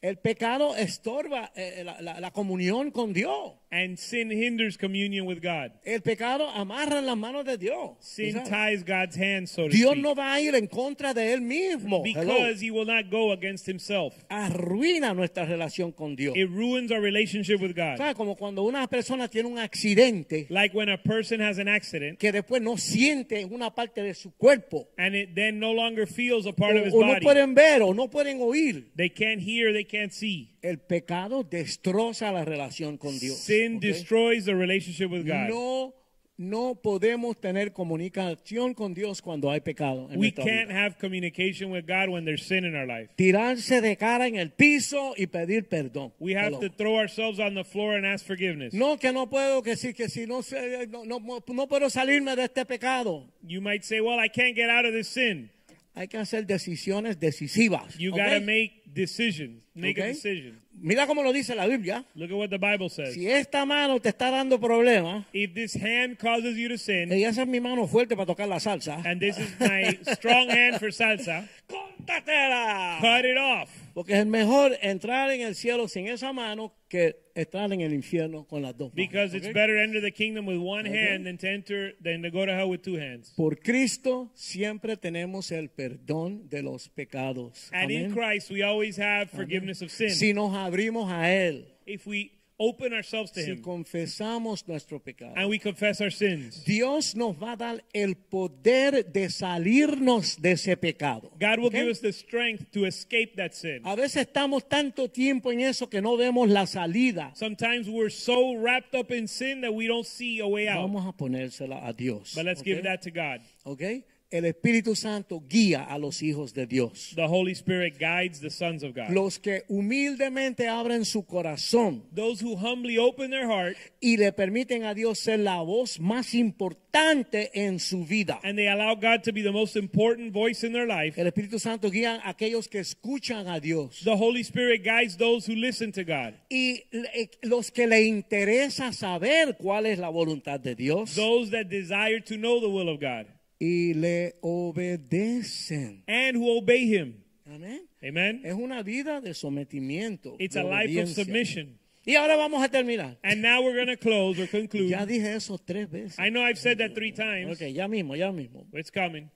C: El pecado estorba eh, la, la- la comunión con Dios.
D: And sin hinders communion with God.
C: El pecado amarra en las manos de Dios.
D: Sin
C: ¿Tú sabes?
D: ties God's hand, so to
C: Dios
D: speak.
C: no va a ir en contra de él mismo. Hello.
D: Because he will not go against himself.
C: Arruina nuestra relación con Dios.
D: It ruins our relationship with God.
C: ¿Sabes? Como cuando una persona tiene un accidente
D: Like when a person has an accident
C: que después no siente en una parte de su cuerpo.
D: and it then no longer feels a part of his
C: O, o no
D: body.
C: pueden ver o no pueden oír.
D: They can't hear, they can't see.
C: El pecado destroza la relación con Dios.
D: Sin
C: ¿ok?
D: destroys the relationship with God.
C: No, no podemos tener comunicación con Dios cuando hay pecado. en
D: we
C: nuestra
D: can't
C: vida.
D: have communication with God when there's sin in our life.
C: Tirarse de cara en el piso y pedir perdón.
D: We have
C: Hello.
D: to throw ourselves on the floor and ask forgiveness.
C: No, que no puedo, que sí, que sí, no, sé, no, no, no puedo salirme de este pecado.
D: You might say, well, I can't get out of this sin.
C: Hay que hacer decisiones decisivas.
D: You
C: ¿ok?
D: got to make decisions. Make
C: ¿ok?
D: a decision.
C: Mira cómo lo dice la Biblia.
D: Look at what the Bible says.
C: Si esta mano te está dando problemas,
D: If this hand causes you to sin,
C: y esa es mi mano fuerte para tocar la salsa,
D: and this is my strong hand for salsa,
C: ¡córtatela!
D: cut it off.
C: Porque es mejor entrar en el cielo sin esa mano que estar en el infierno con las dos manos.
D: Because it's
C: ¿ok?
D: better to enter the kingdom with one hand than to enter than to go to hell with two hands.
C: Por Cristo siempre tenemos el perdón de los pecados.
D: And in
C: Amén.
D: Christ we always have forgiveness of sin.
C: Si nos abrimos a Él,
D: if we open ourselves to
C: si
D: him
C: confesamos nuestro pecado.
D: and we confess our sins,
C: Dios nos va a dar el poder de salirnos de ese pecado.
D: God will
C: ¿ok?
D: give us the strength to escape that sin.
C: A veces estamos tanto tiempo en eso que no vemos la salida.
D: Sometimes we're so wrapped up in sin that we don't see a way out.
C: Vamos a ponérsela a Dios.
D: But let's
C: ¿ok?
D: give that to God.
C: ¿ok? El Espíritu Santo guía a los hijos de Dios.
D: The Holy Spirit guides the sons of God.
C: Los que humildemente abren su corazón
D: Those who humbly open their heart
C: y le permiten a Dios ser la voz más importante en su vida.
D: and they allow God to be the most important voice in their life.
C: El Espíritu Santo guía a aquellos que escuchan a Dios.
D: The Holy Spirit guides those who listen to God.
C: Y le- eh, los que le interesa saber cuál es la voluntad de Dios
D: Those that desire to know the will of God
C: y le obedecen.
D: and who obey him.
C: Amén.
D: Amen.
C: Es una vida de sometimiento.
D: It's
C: de
D: a life of
C: obediencia.
D: submission.
C: Y ahora vamos a terminar.
D: And now we're going to close or conclude.
C: Ya dije eso tres veces.
D: I know I've said that three times.
C: Ok, ya mismo, ya mismo.
D: It's coming.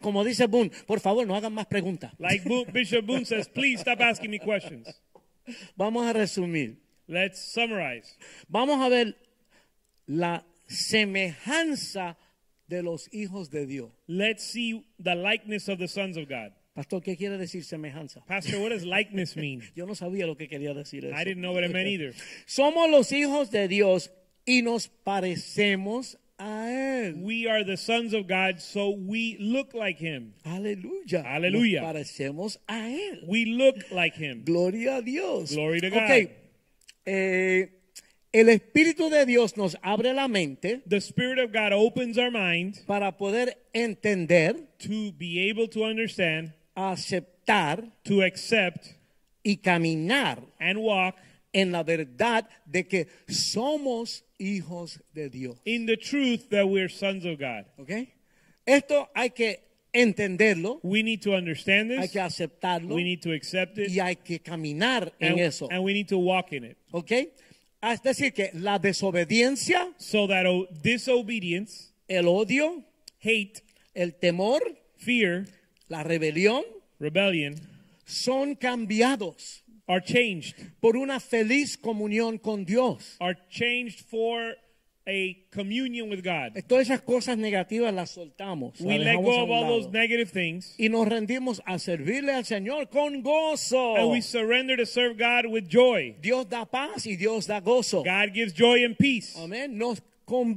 C: Como dice Boone, por favor, no hagan más preguntas.
D: Like Bo- Bishop Boone says, please stop asking me questions.
C: Vamos a resumir.
D: Let's summarize.
C: Vamos a ver la semejanza de los hijos de Dios.
D: Let's see the likeness of the sons of God.
C: Pastor, ¿qué quiere decir semejanza?
D: Pastor, what does likeness mean?
C: Yo no sabía lo que quería decir eso.
D: I didn't know what it meant either.
C: Somos los hijos de Dios y nos parecemos a Él.
D: We are the sons of God, so we look like him.
C: Aleluya.
D: Aleluya.
C: Nos parecemos a Él.
D: We look like him.
C: Gloria a Dios.
D: Glory to God.
C: Ok. Eh, el Espíritu de Dios nos abre la mente
D: The Spirit of God opens our mind
C: para poder entender,
D: to be able to understand,
C: aceptar
D: to accept,
C: y caminar
D: and walk
C: en la verdad de que somos hijos de Dios.
D: in the truth that we're sons of God.
C: ¿Ok? Esto hay que entenderlo,
D: We need to understand
C: hay
D: this.
C: que aceptarlo.
D: We need to accept it.
C: y hay que caminar en
D: and,
C: eso.
D: and we need to walk in it.
C: ¿Ok? Ah, Es decir, que la desobediencia,
D: So that o- disobedience,
C: el odio,
D: hate,
C: el temor,
D: fear,
C: la rebelión
D: rebellion
C: son cambiados
D: are changed.
C: por una feliz comunión con Dios.
D: Are changed for a communion with God.
C: Todas esas cosas negativas las soltamos. las
D: We let
C: dejamos a
D: go of
C: un
D: all those
C: lado.
D: negative things
C: y nos rendimos a servirle al Señor con gozo.
D: and we surrender to serve God with joy.
C: Dios da paz y Dios da gozo.
D: God gives joy and peace.
C: Amén. Nos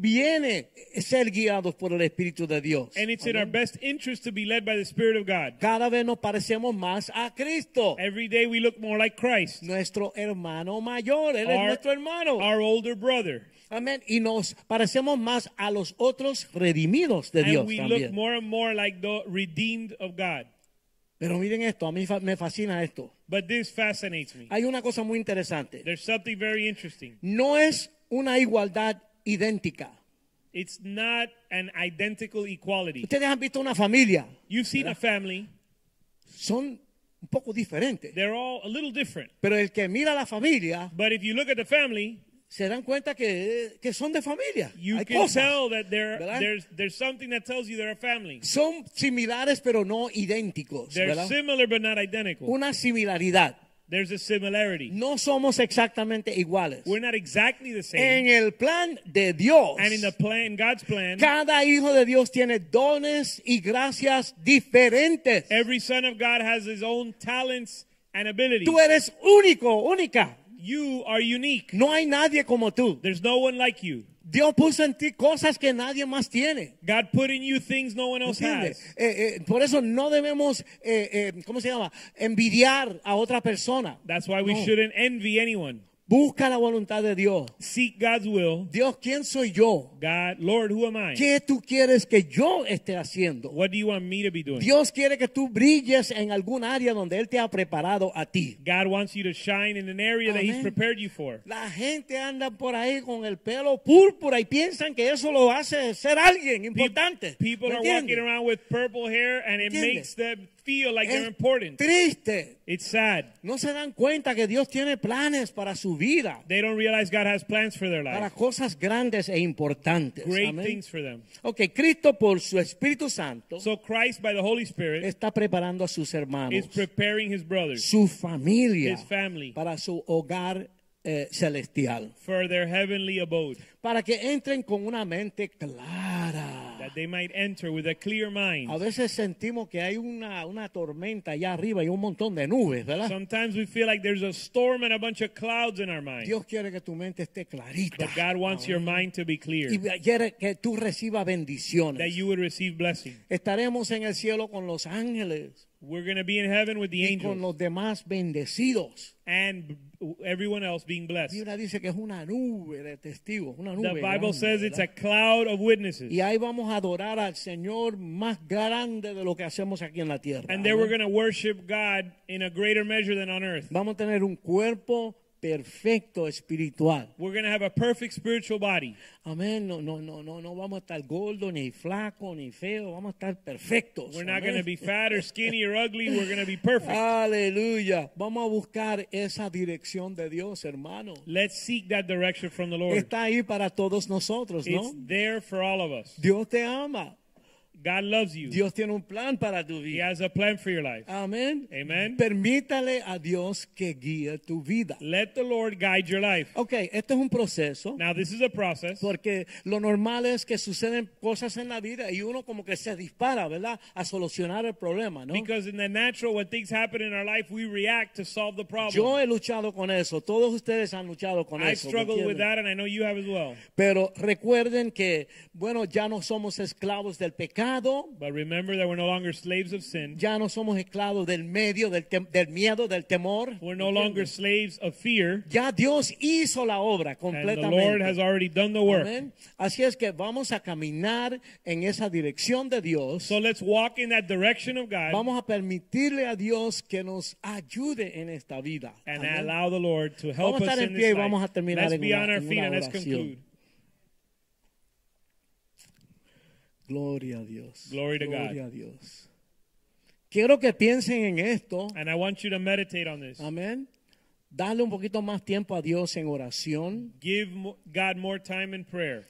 C: conviene ser guiados por el Espíritu de Dios.
D: And it's in our best interest to be led by the Spirit of God.
C: Cada vez nos parecemos más a Cristo,
D: Every day we look more like Christ,
C: nuestro hermano mayor, él es
D: Our-
C: nuestro hermano.
D: our older brother.
C: Amén. Y nos parecemos más a los otros redimidos de
D: And
C: Dios
D: we look
C: también.
D: more and more like the redeemed of God.
C: Pero miren esto, a mí fa- me fascina esto.
D: But this fascinates me.
C: Hay una cosa muy interesante.
D: There's something very interesting.
C: No es una igualdad idéntica.
D: It's not an identical equality.
C: Ustedes han visto una familia,
D: You've seen a family,
C: son un poco diferentes.
D: they're all a little different.
C: Pero el que mira a la familia
D: But if you look at the family,
C: se dan cuenta que, que son de familia.
D: you
C: Hay
D: can
C: cosas.
D: tell that there,
C: ¿verdad?
D: there's, there's something that tells you they're a family.
C: Son similares pero no idénticos.
D: They're
C: ¿verdad?
D: similar but not identical.
C: Una similaridad.
D: There's a similarity.
C: No somos exactamente iguales.
D: We're not exactly the
C: En
D: same.
C: el plan de Dios,
D: And in the plan, God's plan,
C: cada hijo de Dios tiene dones y gracias diferentes.
D: every son of God has his own talents and abilities.
C: Tú eres único, única.
D: You are unique.
C: No hay nadie como tú.
D: There's no one like you.
C: Dios puso en ti cosas que nadie más tiene.
D: God put in you things no one else
C: ¿Entiende?
D: has.
C: Eh, eh, por eso no debemos, eh, eh, ¿cómo se llama? Envidiar a otra persona.
D: That's why we
C: No.
D: shouldn't envy anyone.
C: Busca la voluntad de Dios.
D: Seek God's will.
C: Dios, ¿quién soy yo?
D: God, Lord, who am I?
C: ¿Qué tú quieres que yo esté haciendo?
D: What do you want me to be doing?
C: Dios quiere que tú brilles en algún área donde Él te ha preparado a ti.
D: God wants you to shine in an area that He's
C: Amén.
D: prepared you for.
C: La gente anda por ahí con el pelo púrpura y piensan que eso lo hace ser alguien
D: Pe-
C: importante.
D: People
C: ¿Me
D: are
C: entiendes?
D: walking around with purple hair and it
C: ¿Entiende?
D: makes them feel like
C: Es
D: they're important.
C: Triste.
D: It's sad.
C: No se dan cuenta que Dios tiene planes para su vida,
D: They don't realize God has plans for their
C: para
D: life.
C: cosas grandes e importantes.
D: Great
C: Amén.
D: things for them.
C: Ok, Cristo por su Espíritu Santo
D: So Christ, by the Holy Spirit,
C: está preparando a sus hermanos,
D: is preparing His brothers
C: su familia,
D: His family.
C: para su hogar eh, celestial,
D: for their heavenly abode,
C: para que entren con una mente clara.
D: that they might enter with a clear
C: A
D: mind.
C: veces sentimos que hay una, una tormenta allá arriba y un montón de nubes, ¿verdad?
D: Sometimes we feel like there's a storm and a bunch of clouds in our mind.
C: Dios quiere que tu mente esté clarita
D: But God wants your mind to be clear,
C: y quiere que tú recibas
D: that
C: bendiciones.
D: you would receive blessing.
C: Estaremos en el cielo con los ángeles
D: We're going to be in heaven with the
C: y con
D: angels
C: los demás bendecidos.
D: and b- everyone else being blessed.
C: Y una dice que es una nube de testigos, una nube.
D: The
C: grande,
D: Bible says it's a
C: ¿verdad?
D: cloud of witnesses.
C: Y ahí vamos a adorar al Señor más grande de lo que hacemos aquí en la tierra.
D: And there we're
C: Amén.
D: going to worship God in a greater measure than on earth.
C: Vamos a tener un cuerpo perfecto espiritual.
D: We're going to have a perfect spiritual body.
C: Amén. No, no, no, no, no vamos a estar gordo, ni flaco, ni feo. Vamos a estar perfectos.
D: We're not
C: Amén.
D: going to be fat or skinny or ugly. We're going to be
C: Ah.
D: perfect.
C: Aleluya. Vamos a buscar esa dirección de Dios, hermano.
D: Let's seek that direction from the Lord.
C: Está ahí para todos nosotros, ¿no?
D: It's there for all of us.
C: Dios te ama.
D: God loves you.
C: Dios tiene un plan para tu
D: He
C: vida.
D: has a plan for your life.
C: Amén.
D: Amen.
C: Permítale a Dios que guíe tu vida.
D: Let the Lord guide your life.
C: Ok, este es un proceso.
D: Now, this is a process.
C: Porque lo normal es que suceden cosas en la vida y uno como que se dispara, ¿verdad? A solucionar el problema, ¿no?
D: Because in the natural, when things happen in our life, we react to solve the problem.
C: Yo he luchado con eso, todos ustedes han luchado con
D: I
C: eso. ¿me
D: struggled with
C: entienden?
D: that, and I know you have as well.
C: Pero recuerden que, bueno, ya no somos esclavos del pecado,
D: But remember that we're no longer slaves of sin.
C: ya no somos esclavos del medio, del, tem- del miedo, del temor.
D: We're no longer slaves of fear.
C: Ya Dios hizo la obra
D: And
C: completamente.
D: the Lord has already done the work.
C: Amén. Así es que vamos a caminar en esa dirección de Dios.
D: So let's walk in that direction of God
C: Vamos a permitirle a Dios que nos ayude en esta vida.
D: and
C: Amén.
D: allow the Lord to help
C: Vamos a
D: us
C: estar en
D: in
C: pie y
D: this
C: vamos a
D: life.
C: terminar
D: Let's
C: en
D: be
C: una-
D: on our
C: en
D: feet
C: una
D: and let's
C: oración.
D: conclude.
C: Gloria a Dios.
D: Glory to
C: Gloria
D: God.
C: a Dios. Quiero que piensen en esto.
D: And I want you to meditate on this.
C: Amén. Dale un poquito más tiempo a Dios en oración,
D: Give mo- God more time in prayer,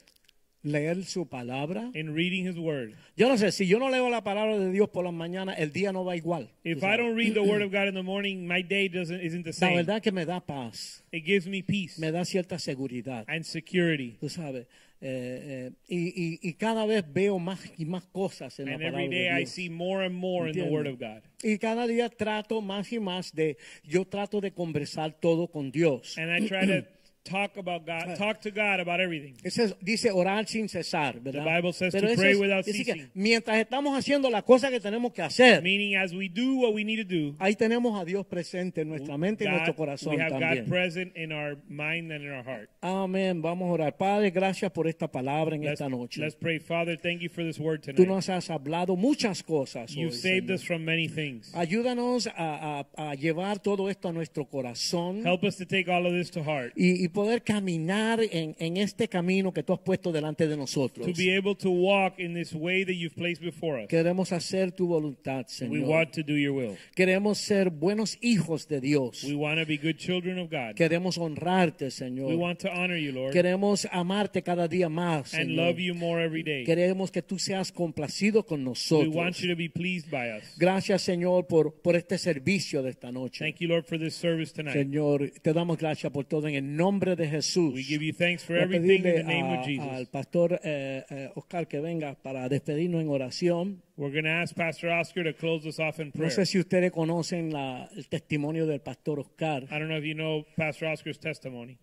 C: leer su palabra.
D: in reading His Word.
C: Yo no sé, si yo no leo la palabra de Dios por las mañanas, el día no va igual.
D: If I don't read the Word of God in the morning, my day doesn't isn't the
C: La
D: same.
C: verdad que me da paz,
D: It gives me peace
C: me da cierta seguridad.
D: and security.
C: Tú sabes, eh, eh, y, y- y cada vez veo más y más cosas en la
D: And
C: palabra
D: every day
C: de
D: I
C: Dios.
D: see more and more in the
C: Entiendo.
D: Word of God.
C: Y cada día trato más y más de, yo trato de conversar todo con Dios.
D: And I try to talk about God, talk to God about everything.
C: Ese es- dice orar sin cesar, ¿verdad?
D: The Bible says
C: Pero
D: to
C: ese
D: pray
C: es-
D: without
C: dice que
D: ceasing.
C: mientras estamos haciendo la cosa que tenemos que hacer,
D: Meaning, as we do what we need to do,
C: ahí tenemos a Dios presente en nuestra mente y
D: God-
C: nuestro corazón
D: we have God
C: también.
D: present in our mind and in our heart.
C: Amén. Vamos a orar. Padre, gracias por esta palabra en
D: Let's,
C: esta noche.
D: let's pray, Father. Thank you for this word
C: Tú
D: tonight.
C: nos has hablado muchas cosas.
D: You've
C: hoy,
D: saved
C: Señor.
D: us from many things.
C: Ayúdanos a, a- a llevar todo esto a nuestro corazón
D: Help us to take all of this to heart,
C: y, y poder caminar en, en este camino que tú has puesto delante de nosotros.
D: to be able to walk in this way that you've placed before us.
C: Queremos hacer tu voluntad,
D: We
C: Señor.
D: want to do your will.
C: Queremos ser buenos hijos de Dios.
D: We want to be good children of God.
C: Queremos honrarte,
D: We
C: Señor.
D: want to honor you, Lord,
C: Queremos amarte cada día más.
D: and
C: Señor.
D: love you more every day.
C: Queremos que tú seas complacido con
D: We
C: nosotros.
D: want you to be pleased by us.
C: Gracias, Señor, por, por este servicio de esta noche.
D: Thank you, Lord, for this service tonight.
C: Señor, te damos gracias por todo en el nombre de Jesús.
D: We give you thanks for
C: Voy a
D: everything in
C: pedirle
D: the name
C: a-
D: of
C: al
D: Jesus.
C: pastor eh, eh, Oscar que venga para despedirnos en oración.
D: We're going to ask Pastor Oscar to close us off in
C: No
D: prayer.
C: sé si ustedes conocen la- el testimonio del pastor Oscar.
D: I don't know if you know Pastor Oscar's testimony.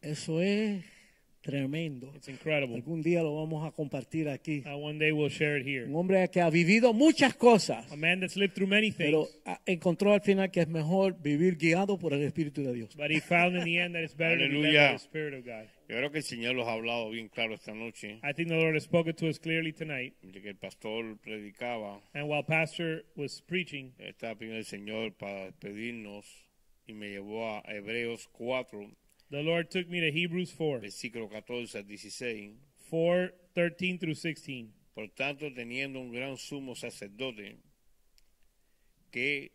C: Eso es tremendo.
D: It's incredible.
C: Algún día lo vamos a compartir aquí.
D: Uh, one day we'll share it here.
C: Un hombre que ha vivido muchas cosas,
D: A man that's lived through many
C: pero
D: things,
C: ah, encontró al final que es mejor vivir guiado por el Espíritu de Dios.
D: but he found in the end that it's better to be led by
E: Hallelujah.
D: the Spirit of God.
E: Yo creo que el Señor los ha hablado bien claro esta noche,
D: I think the Lord has spoken to us clearly tonight.
E: de que el pastor predicaba,
D: And while Pastor was preaching,
E: estaba pidiendo al Señor para despedirnos y me llevó a Hebreos 4,
D: the Lord took me to Hebrews 4,
E: versículo 14 al 16.
D: 4, 13 through 16.
E: Por tanto, teniendo un gran sumo sacerdote que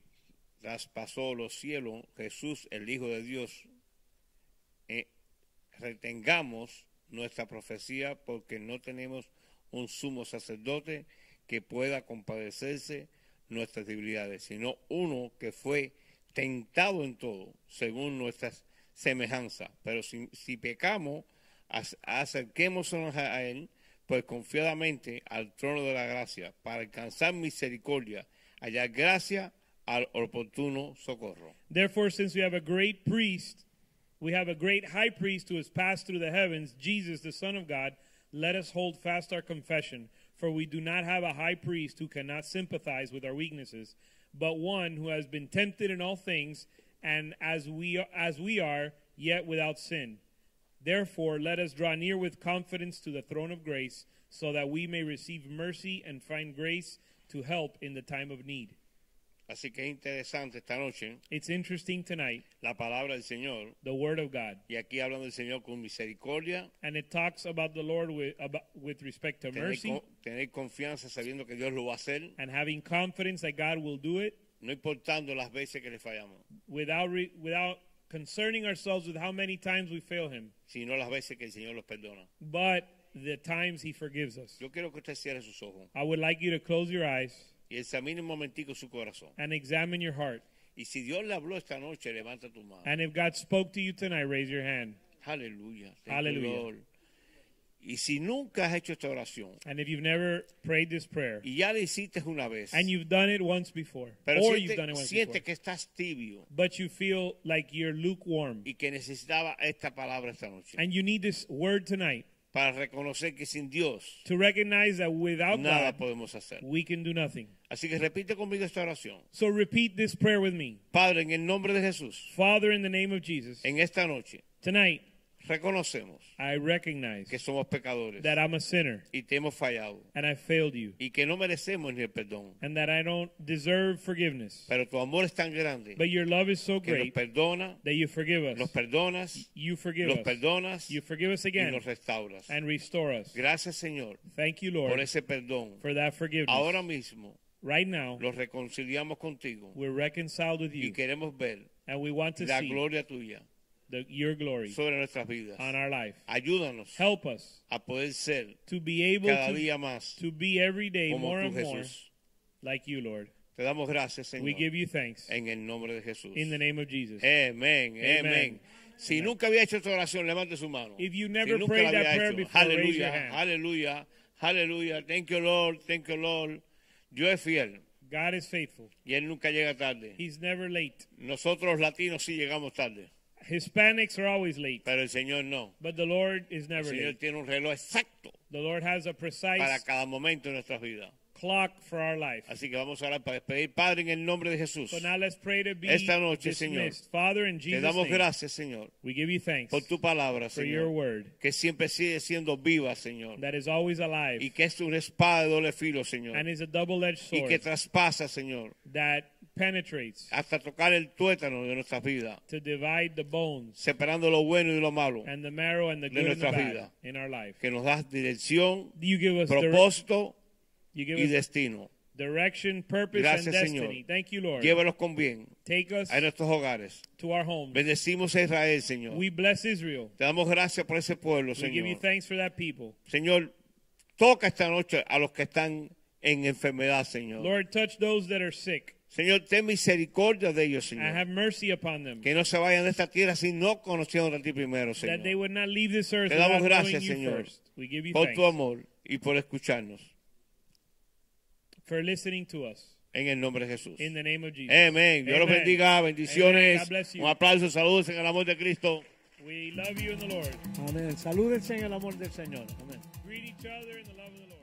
E: traspasó los cielos, Jesús, el Hijo de Dios, eh, retengamos nuestra profecía porque no tenemos un sumo sacerdote que pueda compadecerse nuestras debilidades, sino uno que fue tentado en todo, según nuestras semejanzas. Pero si, si pecamos, ac- acerquémonos a Él, pues confiadamente al trono de la gracia, para alcanzar misericordia, hallar gracia al oportuno socorro.
D: Therefore, since we have a great priest, we have a great high priest who has passed through the heavens, Jesus, the Son of God, let us hold fast our confession. For we do not have a high priest who cannot sympathize with our weaknesses, but one who has been tempted in all things, and as we, as we are, yet without sin. Therefore, let us draw near with confidence to the throne of grace, so that we may receive mercy and find grace to help in the time of need.
E: Así que es interesante esta noche
D: It's interesting tonight,
E: la palabra del Señor,
D: the Word of God.
E: y aquí hablando del Señor con misericordia,
D: and it talks about the Lord with about, with respect to
E: tener,
D: mercy
E: co- tener confianza sabiendo que Dios lo va a hacer,
D: and having confidence that God will do it
E: no importando las veces que le fallamos,
D: without re, without concerning ourselves with how many times we fail Him,
E: sino las veces que el Señor los perdona.
D: but the times He forgives us.
E: Yo quiero que usted cierre sus ojos
D: I would like you to close your eyes
E: y examine un momentico su corazón.
D: and examine your heart.
E: Y si Dios le habló esta noche, levanta tu mano.
D: And if God spoke to you tonight, raise your hand.
E: Aleluya. Ten
D: Aleluya.
E: color. Y si nunca has hecho esta oración
D: And if you've never prayed this prayer
E: y ya la hiciste una vez,
D: and you've done it once before,
E: pero
D: or
E: siente,
D: you've done it once
E: siente
D: before,
E: que estás tibio
D: but you feel like you're lukewarm
E: y que necesitaba esta palabra esta noche
D: and you need this word tonight
E: para reconocer que sin Dios
D: to recognize that without
E: nada
D: God,
E: podemos hacer.
D: we can do nothing.
E: Así que repite conmigo esta oración.
D: So repeat this prayer with me.
E: Padre, en el nombre de Jesús,
D: Father, in the name of Jesus,
E: en esta noche
D: tonight
E: reconocemos
D: I recognize
E: que somos pecadores
D: that I'm a sinner
E: y te hemos fallado
D: and I failed you
E: y que no merecemos ni el perdón.
D: and that I don't deserve forgiveness.
E: Pero tu amor es tan grande
D: But your love is so
E: que nos
D: great
E: perdona,
D: that you forgive
E: nos
D: us.
E: perdonas,
D: You forgive
E: nos
D: us.
E: perdonas
D: You forgive us
E: y
D: again
E: nos restauras.
D: and restore us.
E: Gracias, Señor,
D: Thank you,
E: por
D: Lord,
E: ese perdón.
D: for that
E: Ahora
D: forgiveness.
E: mismo
D: Right now,
E: los reconciliamos contigo
D: we're reconciled with
E: y
D: you
E: queremos ver
D: and we want to
E: la
D: see
E: gloria tuya
D: the, your glory
E: sobre nuestras vidas.
D: on our life.
E: Ayúdanos
D: Help us
E: a poder ser
D: to be able
E: cada
D: to,
E: día más
D: to be every day
E: como
D: more
E: tú,
D: and more
E: Jesús.
D: like you, Lord.
E: Te damos gracias,
D: We give
E: Señor,
D: you thanks
E: en el nombre de Jesús.
D: in the name of Jesus.
E: Amén,
D: Amen.
E: amén. Si nunca había hecho esta oración, levante su mano.
D: If you
E: Si
D: never
E: nunca
D: prayed
E: la había
D: that prayer
E: hecho.
D: before, raise
E: Aleluya,
D: your hand.
E: aleluya, aleluya. Thank you, Lord, thank you, Lord. Dios es fiel
D: God is faithful.
E: y Él nunca llega tarde.
D: He's never late.
E: Nosotros los latinos sí llegamos tarde.
D: Hispanics are always late,
E: pero el Señor no.
D: but the Lord is
E: El
D: never
E: Señor
D: late.
E: tiene un reloj exacto
D: The Lord has a
E: para
D: precise
E: cada momento de nuestras vidas.
D: clock for our life.
E: Así que vamos a orar para despedir, Padre, en el nombre de Jesús.
D: So now let's pray to be
E: Esta noche, Señor,
D: dismissed. Father, in
E: Te
D: Jesus'
E: damos
D: name,
E: gracias, Señor,
D: we give you thanks
E: por tu palabra,
D: for your
E: Señor,
D: word
E: que siempre sigue siendo viva, Señor,
D: that is always alive
E: y que es una espada de doble filo, Señor,
D: and is a double-edged
E: y que Ah.
D: sword
E: traspasa, Señor,
D: that penetrates
E: hasta tocar el tuétano de nuestras vidas,
D: to divide the bones
E: separando lo bueno y lo malo,
D: and the marrow and the
E: De
D: good and the
E: nuestra
D: bad
E: vida.
D: in our life.
E: que nos das dirección,
D: You give us dire-
E: propósito
D: you
E: y
D: give us
E: destino.
D: direction, purpose, and
E: Gracias, Señor.
D: destiny. Thank you, Lord.
E: Llévalos con bien
D: Take us
E: a nuestros hogares.
D: to our homes.
E: Bendecimos a Israel, Señor.
D: We bless Israel.
E: Te damos gracias por ese pueblo,
D: We give you
E: Señor.
D: thanks for that people.
E: Señor, toca esta noche a los que están en enfermedad, Señor.
D: Lord, touch those that are sick
E: Señor, ten misericordia de ellos,
D: and
E: Señor.
D: have mercy upon them.
E: Que no se vayan de esta tierra si no conocieron a ti primero,
D: That they
E: Señor.
D: would not leave this earth
E: Te damos
D: without knowing
E: gracias,
D: you
E: Señor,
D: first. We give you
E: Por tu
D: thanks
E: amor y por escucharnos.
D: for listening to us.
E: En el nombre de Jesús.
D: In the name of Jesus.
E: Amén. Dios los
D: Amen.
E: bendiga.
D: Amen.
E: Bendiciones.
D: God bless you.
E: Un aplauso, saludos en el amor de Cristo.
D: We love you in the Lord.
C: Amén. Salúdense en el amor del Señor. Amén.
D: Greet each other in the love of the Lord.